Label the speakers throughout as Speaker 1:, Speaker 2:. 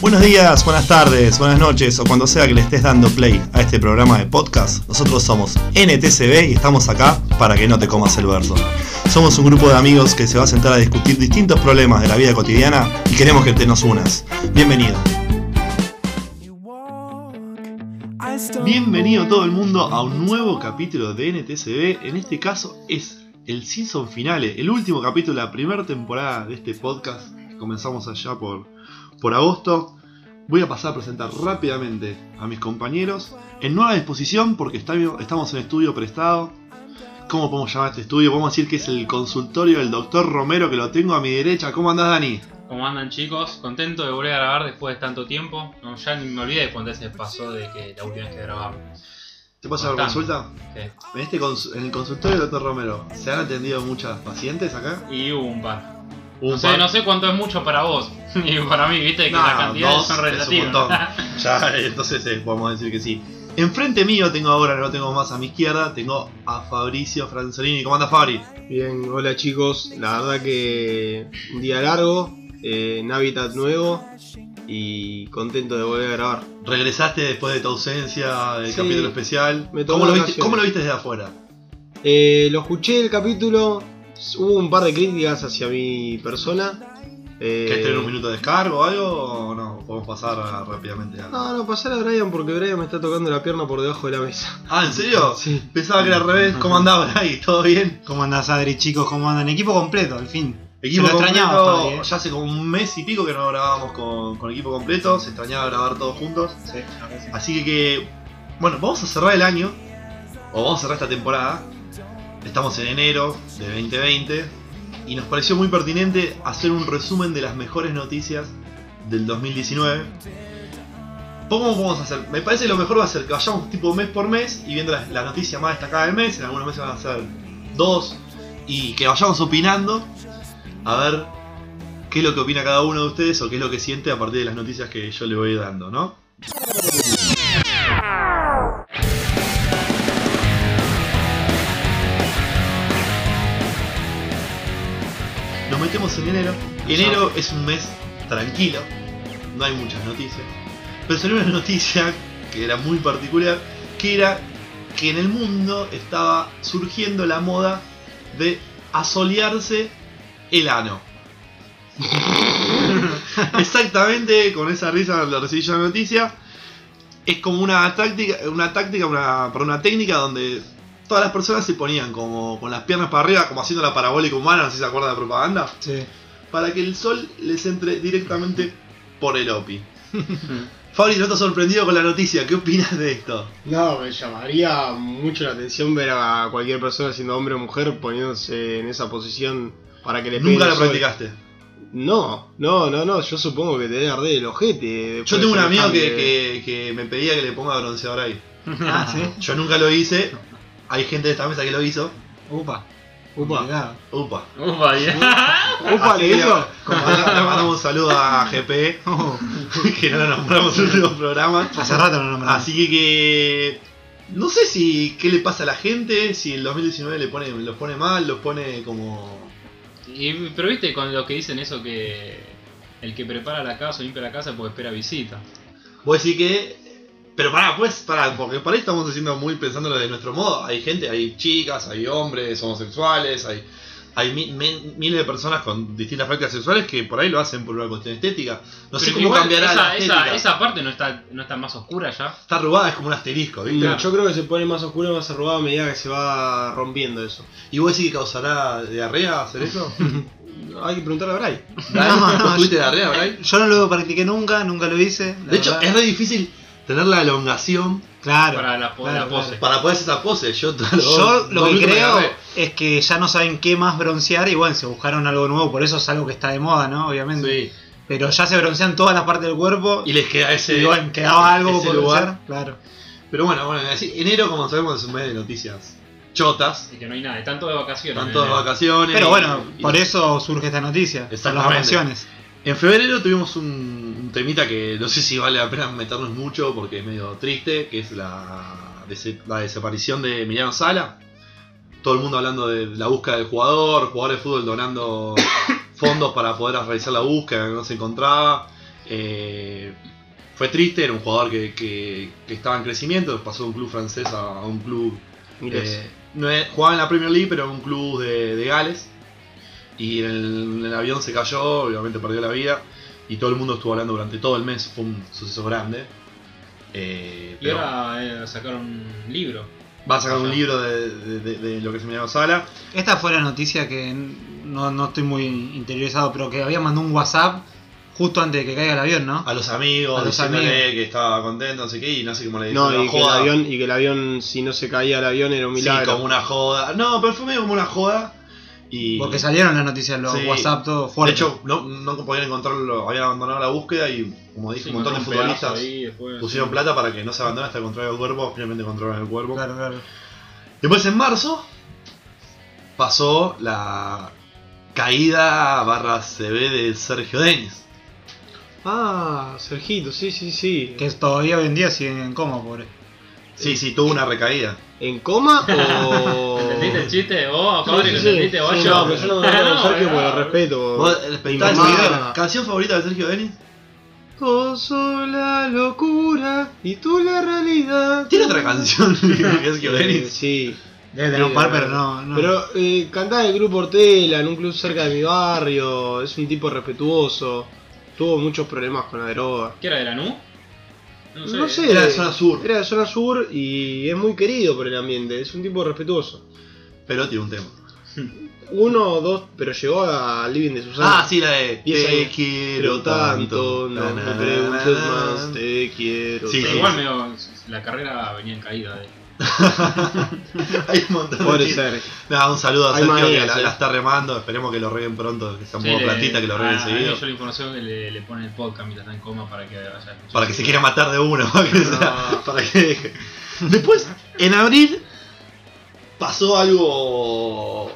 Speaker 1: Buenos días, buenas tardes, buenas noches o cuando sea que le estés dando play a este programa de podcast. Nosotros somos NTCB y estamos acá para que no te comas el verso. Somos un grupo de amigos que se va a sentar a discutir distintos problemas de la vida cotidiana y queremos que te nos unas. Bienvenido. Bienvenido todo el mundo a un nuevo capítulo de NTCB. En este caso es el season finale, el último capítulo de la primera temporada de este podcast que comenzamos allá por, por agosto. Voy a pasar a presentar rápidamente a mis compañeros en nueva disposición porque está- estamos en estudio prestado. ¿Cómo podemos llamar este estudio? Podemos decir que es el consultorio del doctor Romero que lo tengo a mi derecha. ¿Cómo andás, Dani?
Speaker 2: ¿Cómo andan chicos? Contento de volver a grabar después de tanto tiempo. No, ya ni me olvidé cuántas veces pasó de que la última vez que grabamos.
Speaker 1: ¿Te puedo hacer una
Speaker 2: Bastante.
Speaker 1: consulta?
Speaker 2: Sí.
Speaker 1: En, este cons- en el consultorio del doctor Romero, ¿se han atendido muchas pacientes acá?
Speaker 2: Y hubo un par.
Speaker 1: Un
Speaker 2: no, sé,
Speaker 1: par.
Speaker 2: no sé cuánto es mucho para vos. Y para mí, viste que
Speaker 1: No,
Speaker 2: las cantidades
Speaker 1: dos
Speaker 2: son
Speaker 1: es un
Speaker 2: relativas.
Speaker 1: montón. Ya, entonces eh, podemos decir que sí. Enfrente mío tengo ahora, no lo tengo más a mi izquierda, tengo a Fabricio Franzolini. ¿Cómo anda Fabri?
Speaker 3: Bien, hola chicos, la verdad que un día largo, eh, en hábitat nuevo y contento de volver a grabar.
Speaker 1: Regresaste después de tu ausencia del
Speaker 3: Sí.
Speaker 1: capítulo especial.
Speaker 3: Me tomé
Speaker 1: ¿Cómo lo, viste,
Speaker 3: vacaciones.
Speaker 1: cómo lo viste desde afuera?
Speaker 3: Eh, lo escuché el capítulo, hubo un par de críticas hacia mi persona. eh,
Speaker 1: ¿Querés tener un minuto de descargo o algo? ¿O no? Podemos pasar a- rápidamente a...
Speaker 3: No, no, pasar a Brian porque Brian me está tocando la pierna por debajo de la mesa.
Speaker 1: Ah, ¿en serio?
Speaker 3: Sí.
Speaker 1: Pensaba que era al revés. ¿Cómo andaba Bray? ¿Todo bien?
Speaker 4: ¿Cómo andás, Adri, chicos? ¿Cómo andan? Equipo completo, al fin.
Speaker 1: Equipo
Speaker 4: Se lo extrañaba,
Speaker 1: completo,
Speaker 4: Fabri, ¿eh?
Speaker 1: ya hace como un mes y pico que no grabábamos con, con equipo completo, se extrañaba grabar todos juntos. Así que, que, bueno, vamos a cerrar el año, o vamos a cerrar esta temporada. Estamos en enero de 2020 y nos pareció muy pertinente hacer un resumen de las mejores noticias del 2019. ¿Cómo vamos a hacer? Me parece que lo mejor va a ser que vayamos tipo mes por mes y viendo las, las noticias más destacadas del mes, en algunos meses van a ser dos, y que vayamos opinando a ver qué es lo que opina cada uno de ustedes o qué es lo que siente a partir de las noticias que yo le voy dando, ¿no? Nos metemos en enero. Enero es un mes tranquilo, no hay muchas noticias. Pero salió una noticia que era muy particular, que era que en el mundo estaba surgiendo la moda de asolearse el ano. Exactamente, con esa risa lo recibí yo la noticia. Es como una táctica, una táctica, una, perdón, una técnica donde todas las personas se ponían como con las piernas para arriba, como haciendo la parabólica humana, no sé si se acuerda de la propaganda,
Speaker 4: Sí.
Speaker 1: para que el sol les entre directamente por el opi. Fabri, no estás sorprendido con la noticia, ¿qué opinas de esto?
Speaker 3: No, me llamaría mucho la atención ver a cualquier persona, siendo hombre o mujer, poniéndose en esa posición para que le pegue
Speaker 1: Nunca
Speaker 3: el
Speaker 1: la
Speaker 3: sol.
Speaker 1: practicaste.
Speaker 3: No, no, no, no, yo supongo que te debe arder el ojete.
Speaker 1: Yo tengo un amigo que, que- que me pedía que le ponga bronceador ahí.
Speaker 4: Ah, sí.
Speaker 1: Yo nunca lo hice, hay gente de esta mesa que lo hizo.
Speaker 4: Upa.
Speaker 3: Upa.
Speaker 4: Cuidado.
Speaker 1: Upa.
Speaker 2: Upa, bien.
Speaker 3: Opa,
Speaker 1: Así
Speaker 3: ¿le
Speaker 1: que
Speaker 3: hizo?
Speaker 1: Le manda- le mandamos un saludo a GP, que no lo nombramos en el último programa.
Speaker 4: Oh. Hace rato no nombramos.
Speaker 1: Así que. No sé si qué le pasa a la gente, si el 2019 le pone, los pone mal, los pone como.
Speaker 2: Y- pero viste con lo que dicen eso que. El que prepara la casa o limpia la casa porque espera visita.
Speaker 1: Voy a decir que. Pero pará, pues, pará, porque por ahí estamos haciendo muy pensándolo de nuestro modo. Hay gente, hay chicas, hay hombres homosexuales, hay, hay mi- mi- miles de personas con distintas prácticas sexuales que por ahí lo hacen por una cuestión estética. No sé
Speaker 2: Pero
Speaker 1: cómo
Speaker 2: igual
Speaker 1: cambiará
Speaker 2: esa,
Speaker 1: la estética.
Speaker 2: esa, esa parte no está, no está más oscura ya.
Speaker 1: Está arrugada, es como un asterisco, ¿viste?
Speaker 3: No, yo creo que se pone más oscuro y más arrugado a medida que se va rompiendo eso.
Speaker 1: ¿Y vos decís que causará diarrea hacer eso?
Speaker 3: Hay que preguntarle a Bray.
Speaker 1: ¿Bray?
Speaker 4: No, no,
Speaker 1: ¿Tuviste diarrea, Bray?
Speaker 4: Yo no lo practiqué nunca, nunca lo hice. la
Speaker 1: De hecho,
Speaker 4: verdad.
Speaker 1: es re difícil tener la elongación
Speaker 4: Claro.
Speaker 2: para la, po-
Speaker 4: claro,
Speaker 2: la pose.
Speaker 1: para poder hacer esa pose. Yo,
Speaker 4: Yo lo que creo
Speaker 1: es
Speaker 4: es que ya no saben qué más broncear y bueno, se buscaron algo nuevo, por eso es algo que está de moda, ¿no? Obviamente.
Speaker 1: Sí.
Speaker 4: Pero ya se broncean todas las partes del cuerpo
Speaker 1: Y les queda
Speaker 4: y,
Speaker 1: ese.
Speaker 4: bueno, quedaba algo
Speaker 1: ese
Speaker 4: por
Speaker 1: lugar.
Speaker 4: broncear. Claro.
Speaker 1: Pero bueno, bueno, así, enero, como sabemos, es un mes de noticias chotas.
Speaker 2: Así que no hay nada, están todos de vacaciones. Eh,
Speaker 1: Están todas
Speaker 2: nene.
Speaker 1: vacaciones.
Speaker 4: Pero bueno,
Speaker 1: y-
Speaker 4: por e- eso surge esta noticia. Por las
Speaker 1: Exactamente.
Speaker 4: vacaciones.
Speaker 1: En febrero tuvimos un, un temita que no sé si vale la pena meternos mucho porque es medio triste, que es la, dese- la desaparición de Emiliano Sala. Todo el mundo hablando de la búsqueda del jugador, jugadores de fútbol donando fondos para poder realizar la búsqueda, que no se encontraba. Eh, Fue triste, era un jugador que, que- que estaba en crecimiento, pasó de un club francés a a un club
Speaker 3: Inglés.
Speaker 1: eh, no es- jugaba en la Premier League, pero en un club de, de Gales. Y en el, en el avión se cayó, obviamente perdió la vida. Y todo el mundo estuvo hablando durante todo el mes. Fue un suceso grande. Eh,
Speaker 2: Y
Speaker 1: pero
Speaker 2: ahora eh, sacaron un libro.
Speaker 1: va a sacar un
Speaker 2: ya.
Speaker 1: libro de, de- de- de lo que se me llama Sala.
Speaker 4: Esta fue la noticia que no, no estoy muy interiorizado, pero que había mandado un WhatsApp justo antes de que caiga el avión, ¿no?
Speaker 1: A los amigos,
Speaker 4: A los
Speaker 1: diciéndole
Speaker 4: amigos.
Speaker 1: que estaba contento, no sé qué. Y no sé cómo le dice,
Speaker 3: No,
Speaker 1: una
Speaker 3: y que, el
Speaker 1: joda.
Speaker 3: avión, y que el avión, si no se caía el avión, era un
Speaker 1: Sí,
Speaker 3: milagro.
Speaker 1: como una joda. No, pero fue medio como una joda. Y
Speaker 4: Porque salieron las noticias, los
Speaker 1: Sí.
Speaker 4: WhatsApp, todo
Speaker 1: de
Speaker 4: fuerte.
Speaker 1: hecho, no, no podían encontrarlo, habían abandonado la búsqueda y como dije,
Speaker 2: Sí,
Speaker 1: un montón de
Speaker 2: encontró un pedazo
Speaker 1: futbolistas.
Speaker 2: ahí, después-
Speaker 1: Pusieron plata para que no se abandone hasta controlar el cuerpo, finalmente controlan el cuerpo.
Speaker 4: claro, claro.
Speaker 1: Después en marzo pasó la caída barra CB de Sergio Denis.
Speaker 3: Ah, Sergito, sí, sí, sí.
Speaker 4: Que todavía hoy en día siguen en coma, pobre.
Speaker 1: Sí, sí, tuvo una recaída.
Speaker 3: ¿En coma o.?
Speaker 2: ¿Entendiste el chiste? Oh,
Speaker 3: Sí,
Speaker 2: Fabri,
Speaker 3: sí,
Speaker 2: ¿lo
Speaker 3: sí.
Speaker 2: entendiste? Vos,
Speaker 3: Sí, no, pero yo no me acuerdo de Sergio porque lo respeto.
Speaker 1: ¿Vos
Speaker 3: Mi
Speaker 1: respetás el video?
Speaker 3: mamá.
Speaker 1: ¿Canción favorita de Sergio Denis?
Speaker 3: Vos sos la locura y tú la realidad.
Speaker 1: ¿Tiene otra canción de Sergio
Speaker 3: Eh,
Speaker 1: Denis?
Speaker 3: Sí.
Speaker 4: Debe tener un par, pero no. no.
Speaker 3: Pero eh, cantaba en el grupo Hortela, en un club cerca de mi barrio. Es un tipo respetuoso. Tuvo muchos problemas con la droga.
Speaker 2: ¿Qué era de la NU?
Speaker 3: No sé.
Speaker 1: Era de zona sur,
Speaker 3: Era de zona sur y es muy querido por el ambiente. Es un tipo respetuoso.
Speaker 1: pero tiene un tema.
Speaker 3: Uno o dos, pero llegó a Living de Susana.
Speaker 1: Ah, sí, la de
Speaker 3: diez
Speaker 1: Te
Speaker 3: años.
Speaker 1: quiero
Speaker 3: Pero
Speaker 1: tanto.
Speaker 3: tanto, no
Speaker 1: na,
Speaker 3: me
Speaker 1: na,
Speaker 3: preguntes
Speaker 1: na,
Speaker 3: más, te quiero.
Speaker 1: Sí,
Speaker 2: Pero igual
Speaker 3: tanto.
Speaker 2: medio, la carrera venía en caída. De...
Speaker 1: Hay un montón de
Speaker 3: Pobre
Speaker 1: chistes.
Speaker 3: Sergio.
Speaker 1: Nada, un saludo a
Speaker 3: Hay
Speaker 1: Sergio
Speaker 3: manera,
Speaker 1: que la,
Speaker 3: sí.
Speaker 1: la está remando. Esperemos que lo reguen pronto, que sea un
Speaker 2: Sí,
Speaker 1: poco
Speaker 2: le- ah,
Speaker 1: platita, que lo reguen
Speaker 2: a- a
Speaker 1: seguido.
Speaker 2: ellos la información que le, le ponen el podcast mientras está en coma para que vaya a escuchar.
Speaker 1: Para que se quiera matar de uno. Para que, sea- para que deje. Después, en abril, pasó algo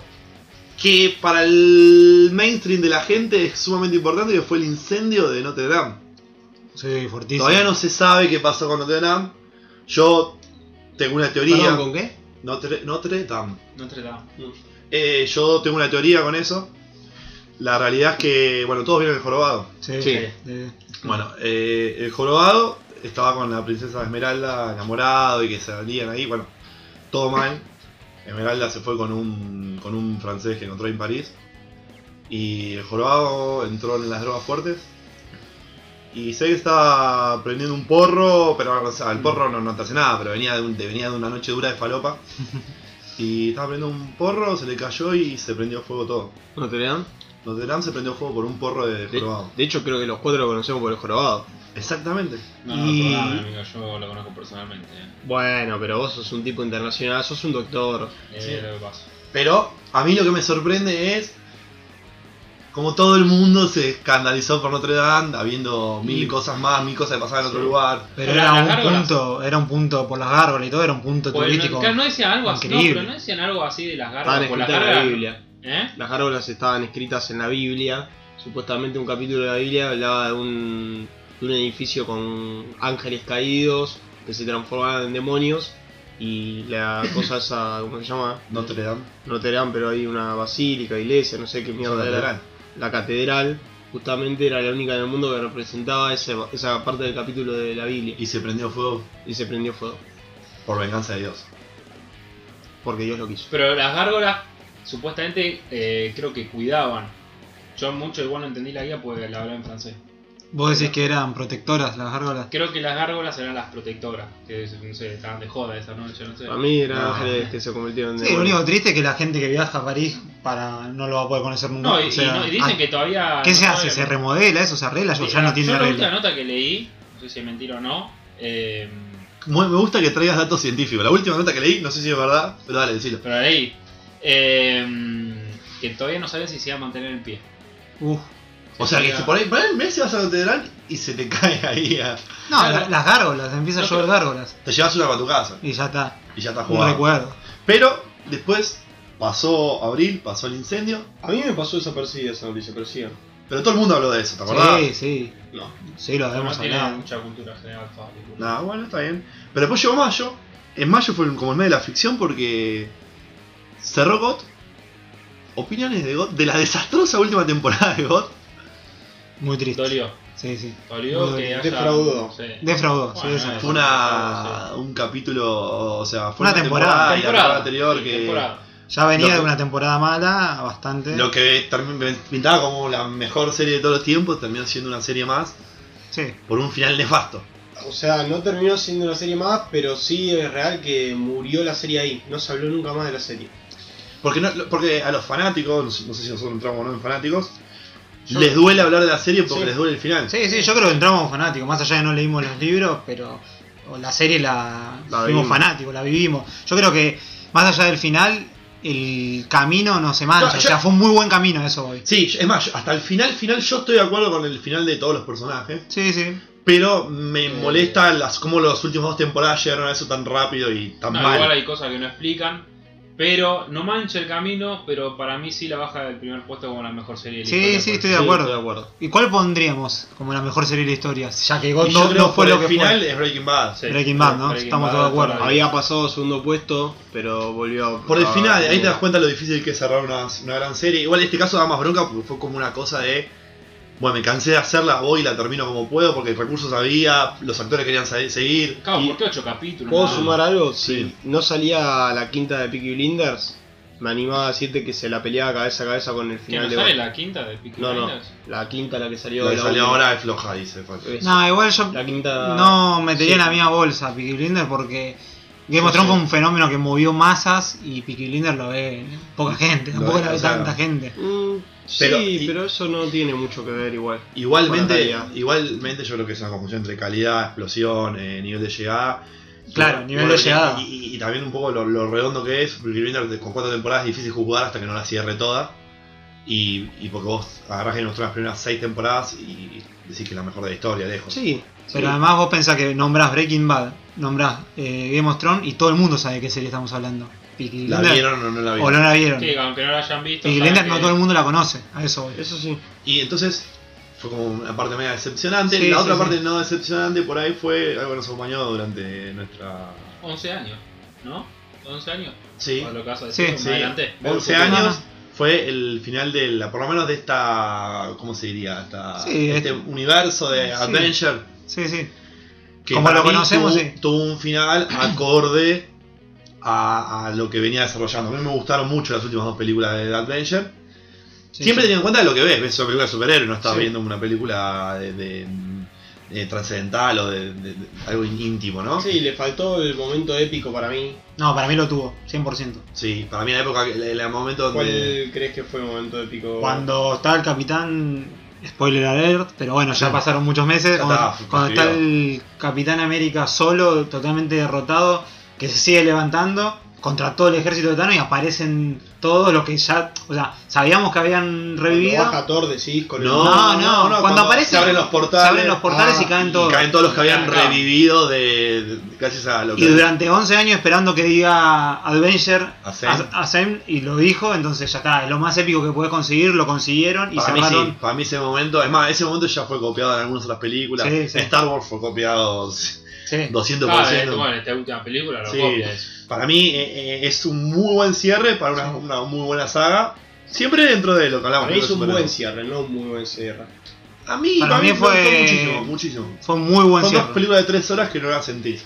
Speaker 1: que para el mainstream de la gente es sumamente importante, que fue el incendio de Notre Dame.
Speaker 4: Sí, fortísimo.
Speaker 1: Todavía no se sabe qué pasó con Notre Dame. Yo tengo una teoría.
Speaker 3: Perdón, ¿Con qué?
Speaker 1: Notre, Notre Dame.
Speaker 2: No te da.
Speaker 1: Eh, yo tengo una teoría con eso. La realidad es que, bueno, todos vieron el jorobado.
Speaker 4: Sí,
Speaker 3: Sí.
Speaker 4: eh,
Speaker 1: Bueno, eh, el jorobado estaba con la princesa Esmeralda enamorado y que salían ahí, bueno, todo mal. Esmeralda se fue con un, con un francés que encontró en París. Y el jorobado entró en las drogas fuertes. Y sé que estaba prendiendo un porro, pero o sea, el porro no, no te hace nada, pero venía de, un- de- venía de una noche dura de falopa. Y estaba prendiendo un porro, se le cayó y se prendió fuego todo.
Speaker 3: ¿No te dan?
Speaker 1: Notre Dame se prendió fuego por un porro de
Speaker 3: De,
Speaker 1: jorobado.
Speaker 3: de hecho, creo que los cuatro lo conocemos por el jorobado.
Speaker 1: Exactamente.
Speaker 2: No,
Speaker 4: Y-
Speaker 2: no, perdóname, amigo, yo lo conozco personalmente. eh.
Speaker 3: Bueno, pero vos sos un tipo internacional, sos un doctor.
Speaker 2: Eh,
Speaker 1: Sí.
Speaker 2: lo que pasa.
Speaker 1: Pero a mí lo que me sorprende es como todo el mundo se escandalizó por Notre Dame, habiendo mil cosas más, mil cosas que pasaban en otro
Speaker 2: Sí.
Speaker 1: lugar.
Speaker 4: Pero
Speaker 2: Las
Speaker 4: era un
Speaker 2: gárgolas.
Speaker 4: punto, era un punto por las gárgolas y todo, era un punto
Speaker 2: Pues, no,
Speaker 4: turístico.
Speaker 2: claro, no decían algo así, no,
Speaker 4: Increíble.
Speaker 2: pero no decían algo así de las
Speaker 3: Estaban
Speaker 2: garras. por las
Speaker 3: escritas en la
Speaker 2: garras-
Speaker 3: Biblia.
Speaker 2: ¿Eh?
Speaker 3: Las gárgolas estaban escritas en la Biblia. Supuestamente un capítulo de la Biblia hablaba de un, de un edificio con ángeles caídos que se transformaban en demonios. Y la cosa esa, ¿cómo se llama?
Speaker 1: Notre Dame.
Speaker 3: No te dan, pero hay una basílica, iglesia, no sé qué mierda
Speaker 1: Notre
Speaker 3: era.
Speaker 1: Dame.
Speaker 3: La catedral, justamente era la única en el mundo que representaba ese- esa parte del capítulo de la Biblia.
Speaker 1: Y se prendió fuego
Speaker 3: Y se prendió fuego,
Speaker 1: por venganza de Dios.
Speaker 3: porque Dios lo quiso.
Speaker 2: Pero las gárgolas supuestamente eh, creo que cuidaban. Yo mucho igual no entendí la guía porque la hablaba en francés.
Speaker 4: Vos decís que eran protectoras las gárgolas.
Speaker 2: Creo que las gárgolas eran las protectoras, que no sé, estaban de joda esa noche, no sé.
Speaker 3: A mí eran
Speaker 1: No.
Speaker 3: ángeles que se convirtieron en
Speaker 4: Sí, lo
Speaker 3: demonios.
Speaker 4: único triste es que la gente que viaja a París para no lo va a poder conocer nunca.
Speaker 2: No,
Speaker 4: o
Speaker 2: y, y
Speaker 4: sea,
Speaker 2: no- y dicen
Speaker 4: ah,
Speaker 2: que todavía.
Speaker 4: ¿Qué se
Speaker 2: no
Speaker 4: hace? ¿Se
Speaker 2: saben.
Speaker 4: remodela? ¿Eso se arregla? Yo ya no tiene
Speaker 2: Yo la última
Speaker 4: arreglo.
Speaker 2: nota que leí, no sé si es mentira o no, eh,
Speaker 1: Muy- me gusta que traigas datos científicos. La última nota que leí, no sé si es verdad, pero dale, decilo.
Speaker 2: pero leí eh, que todavía no saben si se va a mantener en pie.
Speaker 4: Uf.
Speaker 1: O sea, que si por ahí, por ahí Messi vas a Notre Dame y se te cae ahí. a-
Speaker 4: No,
Speaker 2: Claro.
Speaker 4: la- las gárgolas, empieza
Speaker 2: No
Speaker 4: a llover
Speaker 2: creo.
Speaker 4: gárgolas.
Speaker 1: Te llevas una para tu casa
Speaker 4: Y ya está.
Speaker 1: y ya está
Speaker 4: Un
Speaker 1: jugando.
Speaker 4: recuerdo.
Speaker 1: Pero después pasó abril, pasó el incendio,
Speaker 3: A mí me pasó desapercibida esa noticia, pero sigan.
Speaker 1: pero todo el mundo habló de eso, ¿te acordás?
Speaker 4: Sí, sí.
Speaker 3: No.
Speaker 4: Sí, lo
Speaker 2: No
Speaker 4: habíamos
Speaker 2: tiene
Speaker 4: hablado.
Speaker 2: mucha cultura general Fabio.
Speaker 1: Nada, bueno, está bien. Pero después llegó mayo. En mayo fue como el mes de la ficción porque cerró GOT. Opiniones de GOT, de la desastrosa última temporada de GOT.
Speaker 4: Muy triste.
Speaker 2: Dolió.
Speaker 4: Sí, sí.
Speaker 2: Dolió que haya...
Speaker 3: Defraudó.
Speaker 2: Sí.
Speaker 4: Defraudó, sí,
Speaker 2: Bueno,
Speaker 4: exacto.
Speaker 1: Fue una, un capítulo, o sea, fue
Speaker 4: Una
Speaker 1: una,
Speaker 4: Ah, temporada.
Speaker 1: y la temporada anterior
Speaker 2: sí,
Speaker 1: que
Speaker 2: temporada.
Speaker 4: Ya venía
Speaker 1: Lo que-
Speaker 4: de una temporada mala, bastante.
Speaker 1: lo que termi- pintaba como la mejor serie de todos los tiempos terminó siendo una serie más
Speaker 4: Sí,
Speaker 1: por un final nefasto.
Speaker 3: O sea, no terminó siendo una serie más, pero sí es real que murió la serie ahí. No se habló nunca más de la serie.
Speaker 1: Porque no, porque a los fanáticos, no sé- no sé si nosotros entramos o no en fanáticos,
Speaker 3: Yo-
Speaker 1: les duele hablar de la serie porque
Speaker 3: Sí.
Speaker 1: les duele el final.
Speaker 4: sí, sí, yo creo que entramos fanáticos, más allá de no leímos los libros, pero o la serie la,
Speaker 1: La
Speaker 4: fuimos
Speaker 1: vivimos.
Speaker 4: fanáticos, la vivimos. Yo creo que más allá del final, el camino no se mancha,
Speaker 1: No,
Speaker 4: o
Speaker 1: yo-
Speaker 4: sea, fue un muy buen camino eso hoy.
Speaker 1: Sí, es más, yo- hasta el final final yo estoy de acuerdo con el final de todos los personajes,
Speaker 4: Sí, sí.
Speaker 1: pero me
Speaker 2: Eh.
Speaker 1: molesta las cómo las últimas dos temporadas llegaron a eso tan rápido y tan
Speaker 2: No,
Speaker 1: mal.
Speaker 2: igual hay cosas que no explican. Pero no mancha el camino, pero para mí sí la baja del primer puesto como la mejor serie de la
Speaker 4: Sí,
Speaker 2: historia, pues.
Speaker 4: sí,
Speaker 2: porque-
Speaker 4: estoy de acuerdo.
Speaker 1: estoy de acuerdo.
Speaker 4: ¿Y cuál pondríamos como la mejor serie de la historia? Ya que
Speaker 1: Y
Speaker 4: God
Speaker 1: yo
Speaker 4: no,
Speaker 1: creo
Speaker 4: no fue
Speaker 1: por
Speaker 4: lo
Speaker 1: el
Speaker 4: que
Speaker 1: final
Speaker 4: fue.
Speaker 1: es Breaking Bad.
Speaker 2: Sí,
Speaker 4: Breaking Bad, ¿no? Estamos todos de acuerdo.
Speaker 2: toda la vida.
Speaker 3: Había pasado a segundo puesto, pero volvió a-
Speaker 1: Por el
Speaker 3: a-
Speaker 1: final, ahí te das cuenta lo difícil que es cerrar una, una gran serie. Igual este caso da más bronca porque fue como una cosa de. Bueno, me cansé de hacerla, voy y la termino como puedo porque recursos había, los actores querían sa- seguir.
Speaker 2: Claro,
Speaker 3: Y-
Speaker 2: ¿por qué ocho capítulos?
Speaker 3: ¿Puedo
Speaker 2: nada más?
Speaker 3: sumar algo?
Speaker 1: Ah. Sí.
Speaker 3: Si no salía la quinta de Peaky Blinders, me animaba a decirte que se la peleaba cabeza a cabeza con el
Speaker 2: ¿Que
Speaker 3: final
Speaker 2: no
Speaker 3: de
Speaker 2: sale la quinta de Peaky
Speaker 3: No, no.
Speaker 2: Blinders?
Speaker 3: La quinta, la que salió,
Speaker 1: Lo que
Speaker 3: la
Speaker 1: salió
Speaker 3: última.
Speaker 1: ahora es floja, dice. fue.
Speaker 3: Es-
Speaker 4: No, igual yo
Speaker 3: La quinta.
Speaker 4: no metería en la
Speaker 3: sí.
Speaker 4: misma bolsa Peaky Blinders porque Game of
Speaker 1: Sí, sí.
Speaker 4: Thrones fue un fenómeno que movió masas y Peaky Blinders lo ve poca gente,
Speaker 1: Lo
Speaker 4: tampoco
Speaker 1: ve,
Speaker 4: la ve
Speaker 1: o sea,
Speaker 4: tanta gente.
Speaker 3: Mm,
Speaker 1: Pero-
Speaker 3: sí,
Speaker 1: y-
Speaker 3: pero eso no tiene mucho que ver igual.
Speaker 1: Igualmente,
Speaker 3: Buena calidad.
Speaker 1: igualmente yo creo que es una confusión entre calidad, explosión, eh, nivel de llegada.
Speaker 4: Claro,
Speaker 1: Y-
Speaker 4: nivel de
Speaker 1: y-
Speaker 4: llegada.
Speaker 1: Y, y- y también un poco lo, lo redondo que es, porque Blinders con cuatro temporadas es difícil jugar hasta que no la cierre toda. Y, y porque vos agarrás Game of Thrones las primeras seis temporadas y decís que es la mejor de la historia, lejos.
Speaker 3: Sí,
Speaker 4: Pero
Speaker 3: sí.
Speaker 4: además vos pensás que nombrás Breaking Bad, nombrás eh, Game of Thrones y todo el mundo sabe de qué serie estamos hablando. Peaky
Speaker 1: ¿La
Speaker 4: Blinders-
Speaker 1: vieron o no la
Speaker 4: o
Speaker 1: vieron?
Speaker 4: no la vieron.
Speaker 2: Sí, aunque no la hayan visto.
Speaker 4: Peaky
Speaker 2: saben
Speaker 4: Blinders no
Speaker 2: que-
Speaker 4: todo el mundo la conoce, a eso voy.
Speaker 3: Eso sí.
Speaker 1: Y entonces fue como una parte media decepcionante.
Speaker 4: Sí,
Speaker 1: la otra
Speaker 4: sí,
Speaker 1: parte
Speaker 4: sí.
Speaker 1: no decepcionante por ahí fue algo que nos acompañó durante nuestra.
Speaker 2: 11 años, ¿no? 11 años.
Speaker 1: Sí,
Speaker 2: O lo que vas a
Speaker 4: Sí,
Speaker 2: decir, me
Speaker 1: sí.
Speaker 2: adelanté.
Speaker 1: 11
Speaker 4: No, no.
Speaker 1: años. Fue el final de la, por lo menos de esta, ¿cómo se diría? Esta,
Speaker 4: Sí,
Speaker 1: este
Speaker 4: es-
Speaker 1: universo de
Speaker 4: sí.
Speaker 1: Avenger.
Speaker 4: Sí, sí.
Speaker 1: que
Speaker 4: Como
Speaker 1: para
Speaker 4: lo
Speaker 1: mí
Speaker 4: conocemos,
Speaker 1: tuvo,
Speaker 4: sí.
Speaker 1: tuvo un final acorde a, a lo que venía desarrollando. A mí me gustaron mucho las últimas dos películas de Adventure.
Speaker 4: Sí,
Speaker 1: Siempre
Speaker 4: sí.
Speaker 1: teniendo en cuenta lo que ves, ves una película de superhéroes, no estás
Speaker 4: Sí.
Speaker 1: viendo una película de, de, eh, trascendental o de, de- de algo íntimo, ¿no?
Speaker 3: Sí, le faltó el momento épico para mí.
Speaker 4: No, para mí lo tuvo, 100%.
Speaker 1: Sí, para mí la época, el, el momento donde...
Speaker 3: ¿Cuál crees que fue el momento épico?
Speaker 4: Cuando está el capitán, spoiler alert, pero bueno, ya pasaron muchos meses.
Speaker 1: Ya
Speaker 4: cuando
Speaker 1: está,
Speaker 4: cuando está
Speaker 1: construido.
Speaker 4: el capitán América solo, totalmente derrotado, que se sigue levantando contra todo el ejército de Thanos y aparecen todos los que ya, o sea, sabíamos que habían
Speaker 3: Cuando
Speaker 4: revivido.
Speaker 3: baja Thor decís con
Speaker 1: No,
Speaker 4: No, no,
Speaker 1: no, no,
Speaker 4: cuando,
Speaker 1: cuando
Speaker 4: aparecen.
Speaker 1: se abren los portales.
Speaker 4: se abren los portales
Speaker 3: Ah,
Speaker 4: y caen
Speaker 1: y
Speaker 4: todos.
Speaker 1: caen todos los que habían
Speaker 2: Acá.
Speaker 1: revivido de, de- gracias a lo que...
Speaker 4: Y durante 11 años esperando que diga Adventure
Speaker 1: Ascend.
Speaker 4: As- Ascend, y lo dijo, entonces ya está, es lo más épico que puedes conseguir, lo consiguieron y
Speaker 1: para mí,
Speaker 4: cerraron.
Speaker 1: sí, para mí ese momento, es más, ese momento ya fue copiado en algunas otras películas.
Speaker 4: Sí, sí.
Speaker 1: Star Wars fue copiado
Speaker 4: Sí.
Speaker 1: 200%.
Speaker 2: Ah, eh, bueno, esta última película lo
Speaker 1: Sí.
Speaker 2: copia eso.
Speaker 1: Para mí eh, eh, es un muy buen cierre para una, una muy buena saga. Siempre dentro de lo que hablamos.
Speaker 3: Para mí es un buen
Speaker 1: superhéroes.
Speaker 3: cierre, no un muy buen cierre.
Speaker 1: A mí,
Speaker 4: Para
Speaker 1: para
Speaker 4: mí
Speaker 1: mí,
Speaker 4: fue-
Speaker 1: me gustó muchísimo, muchísimo.
Speaker 4: Fue un muy
Speaker 1: Son
Speaker 4: buen
Speaker 1: dos
Speaker 4: cierre.
Speaker 1: películas de tres horas que no las sentís.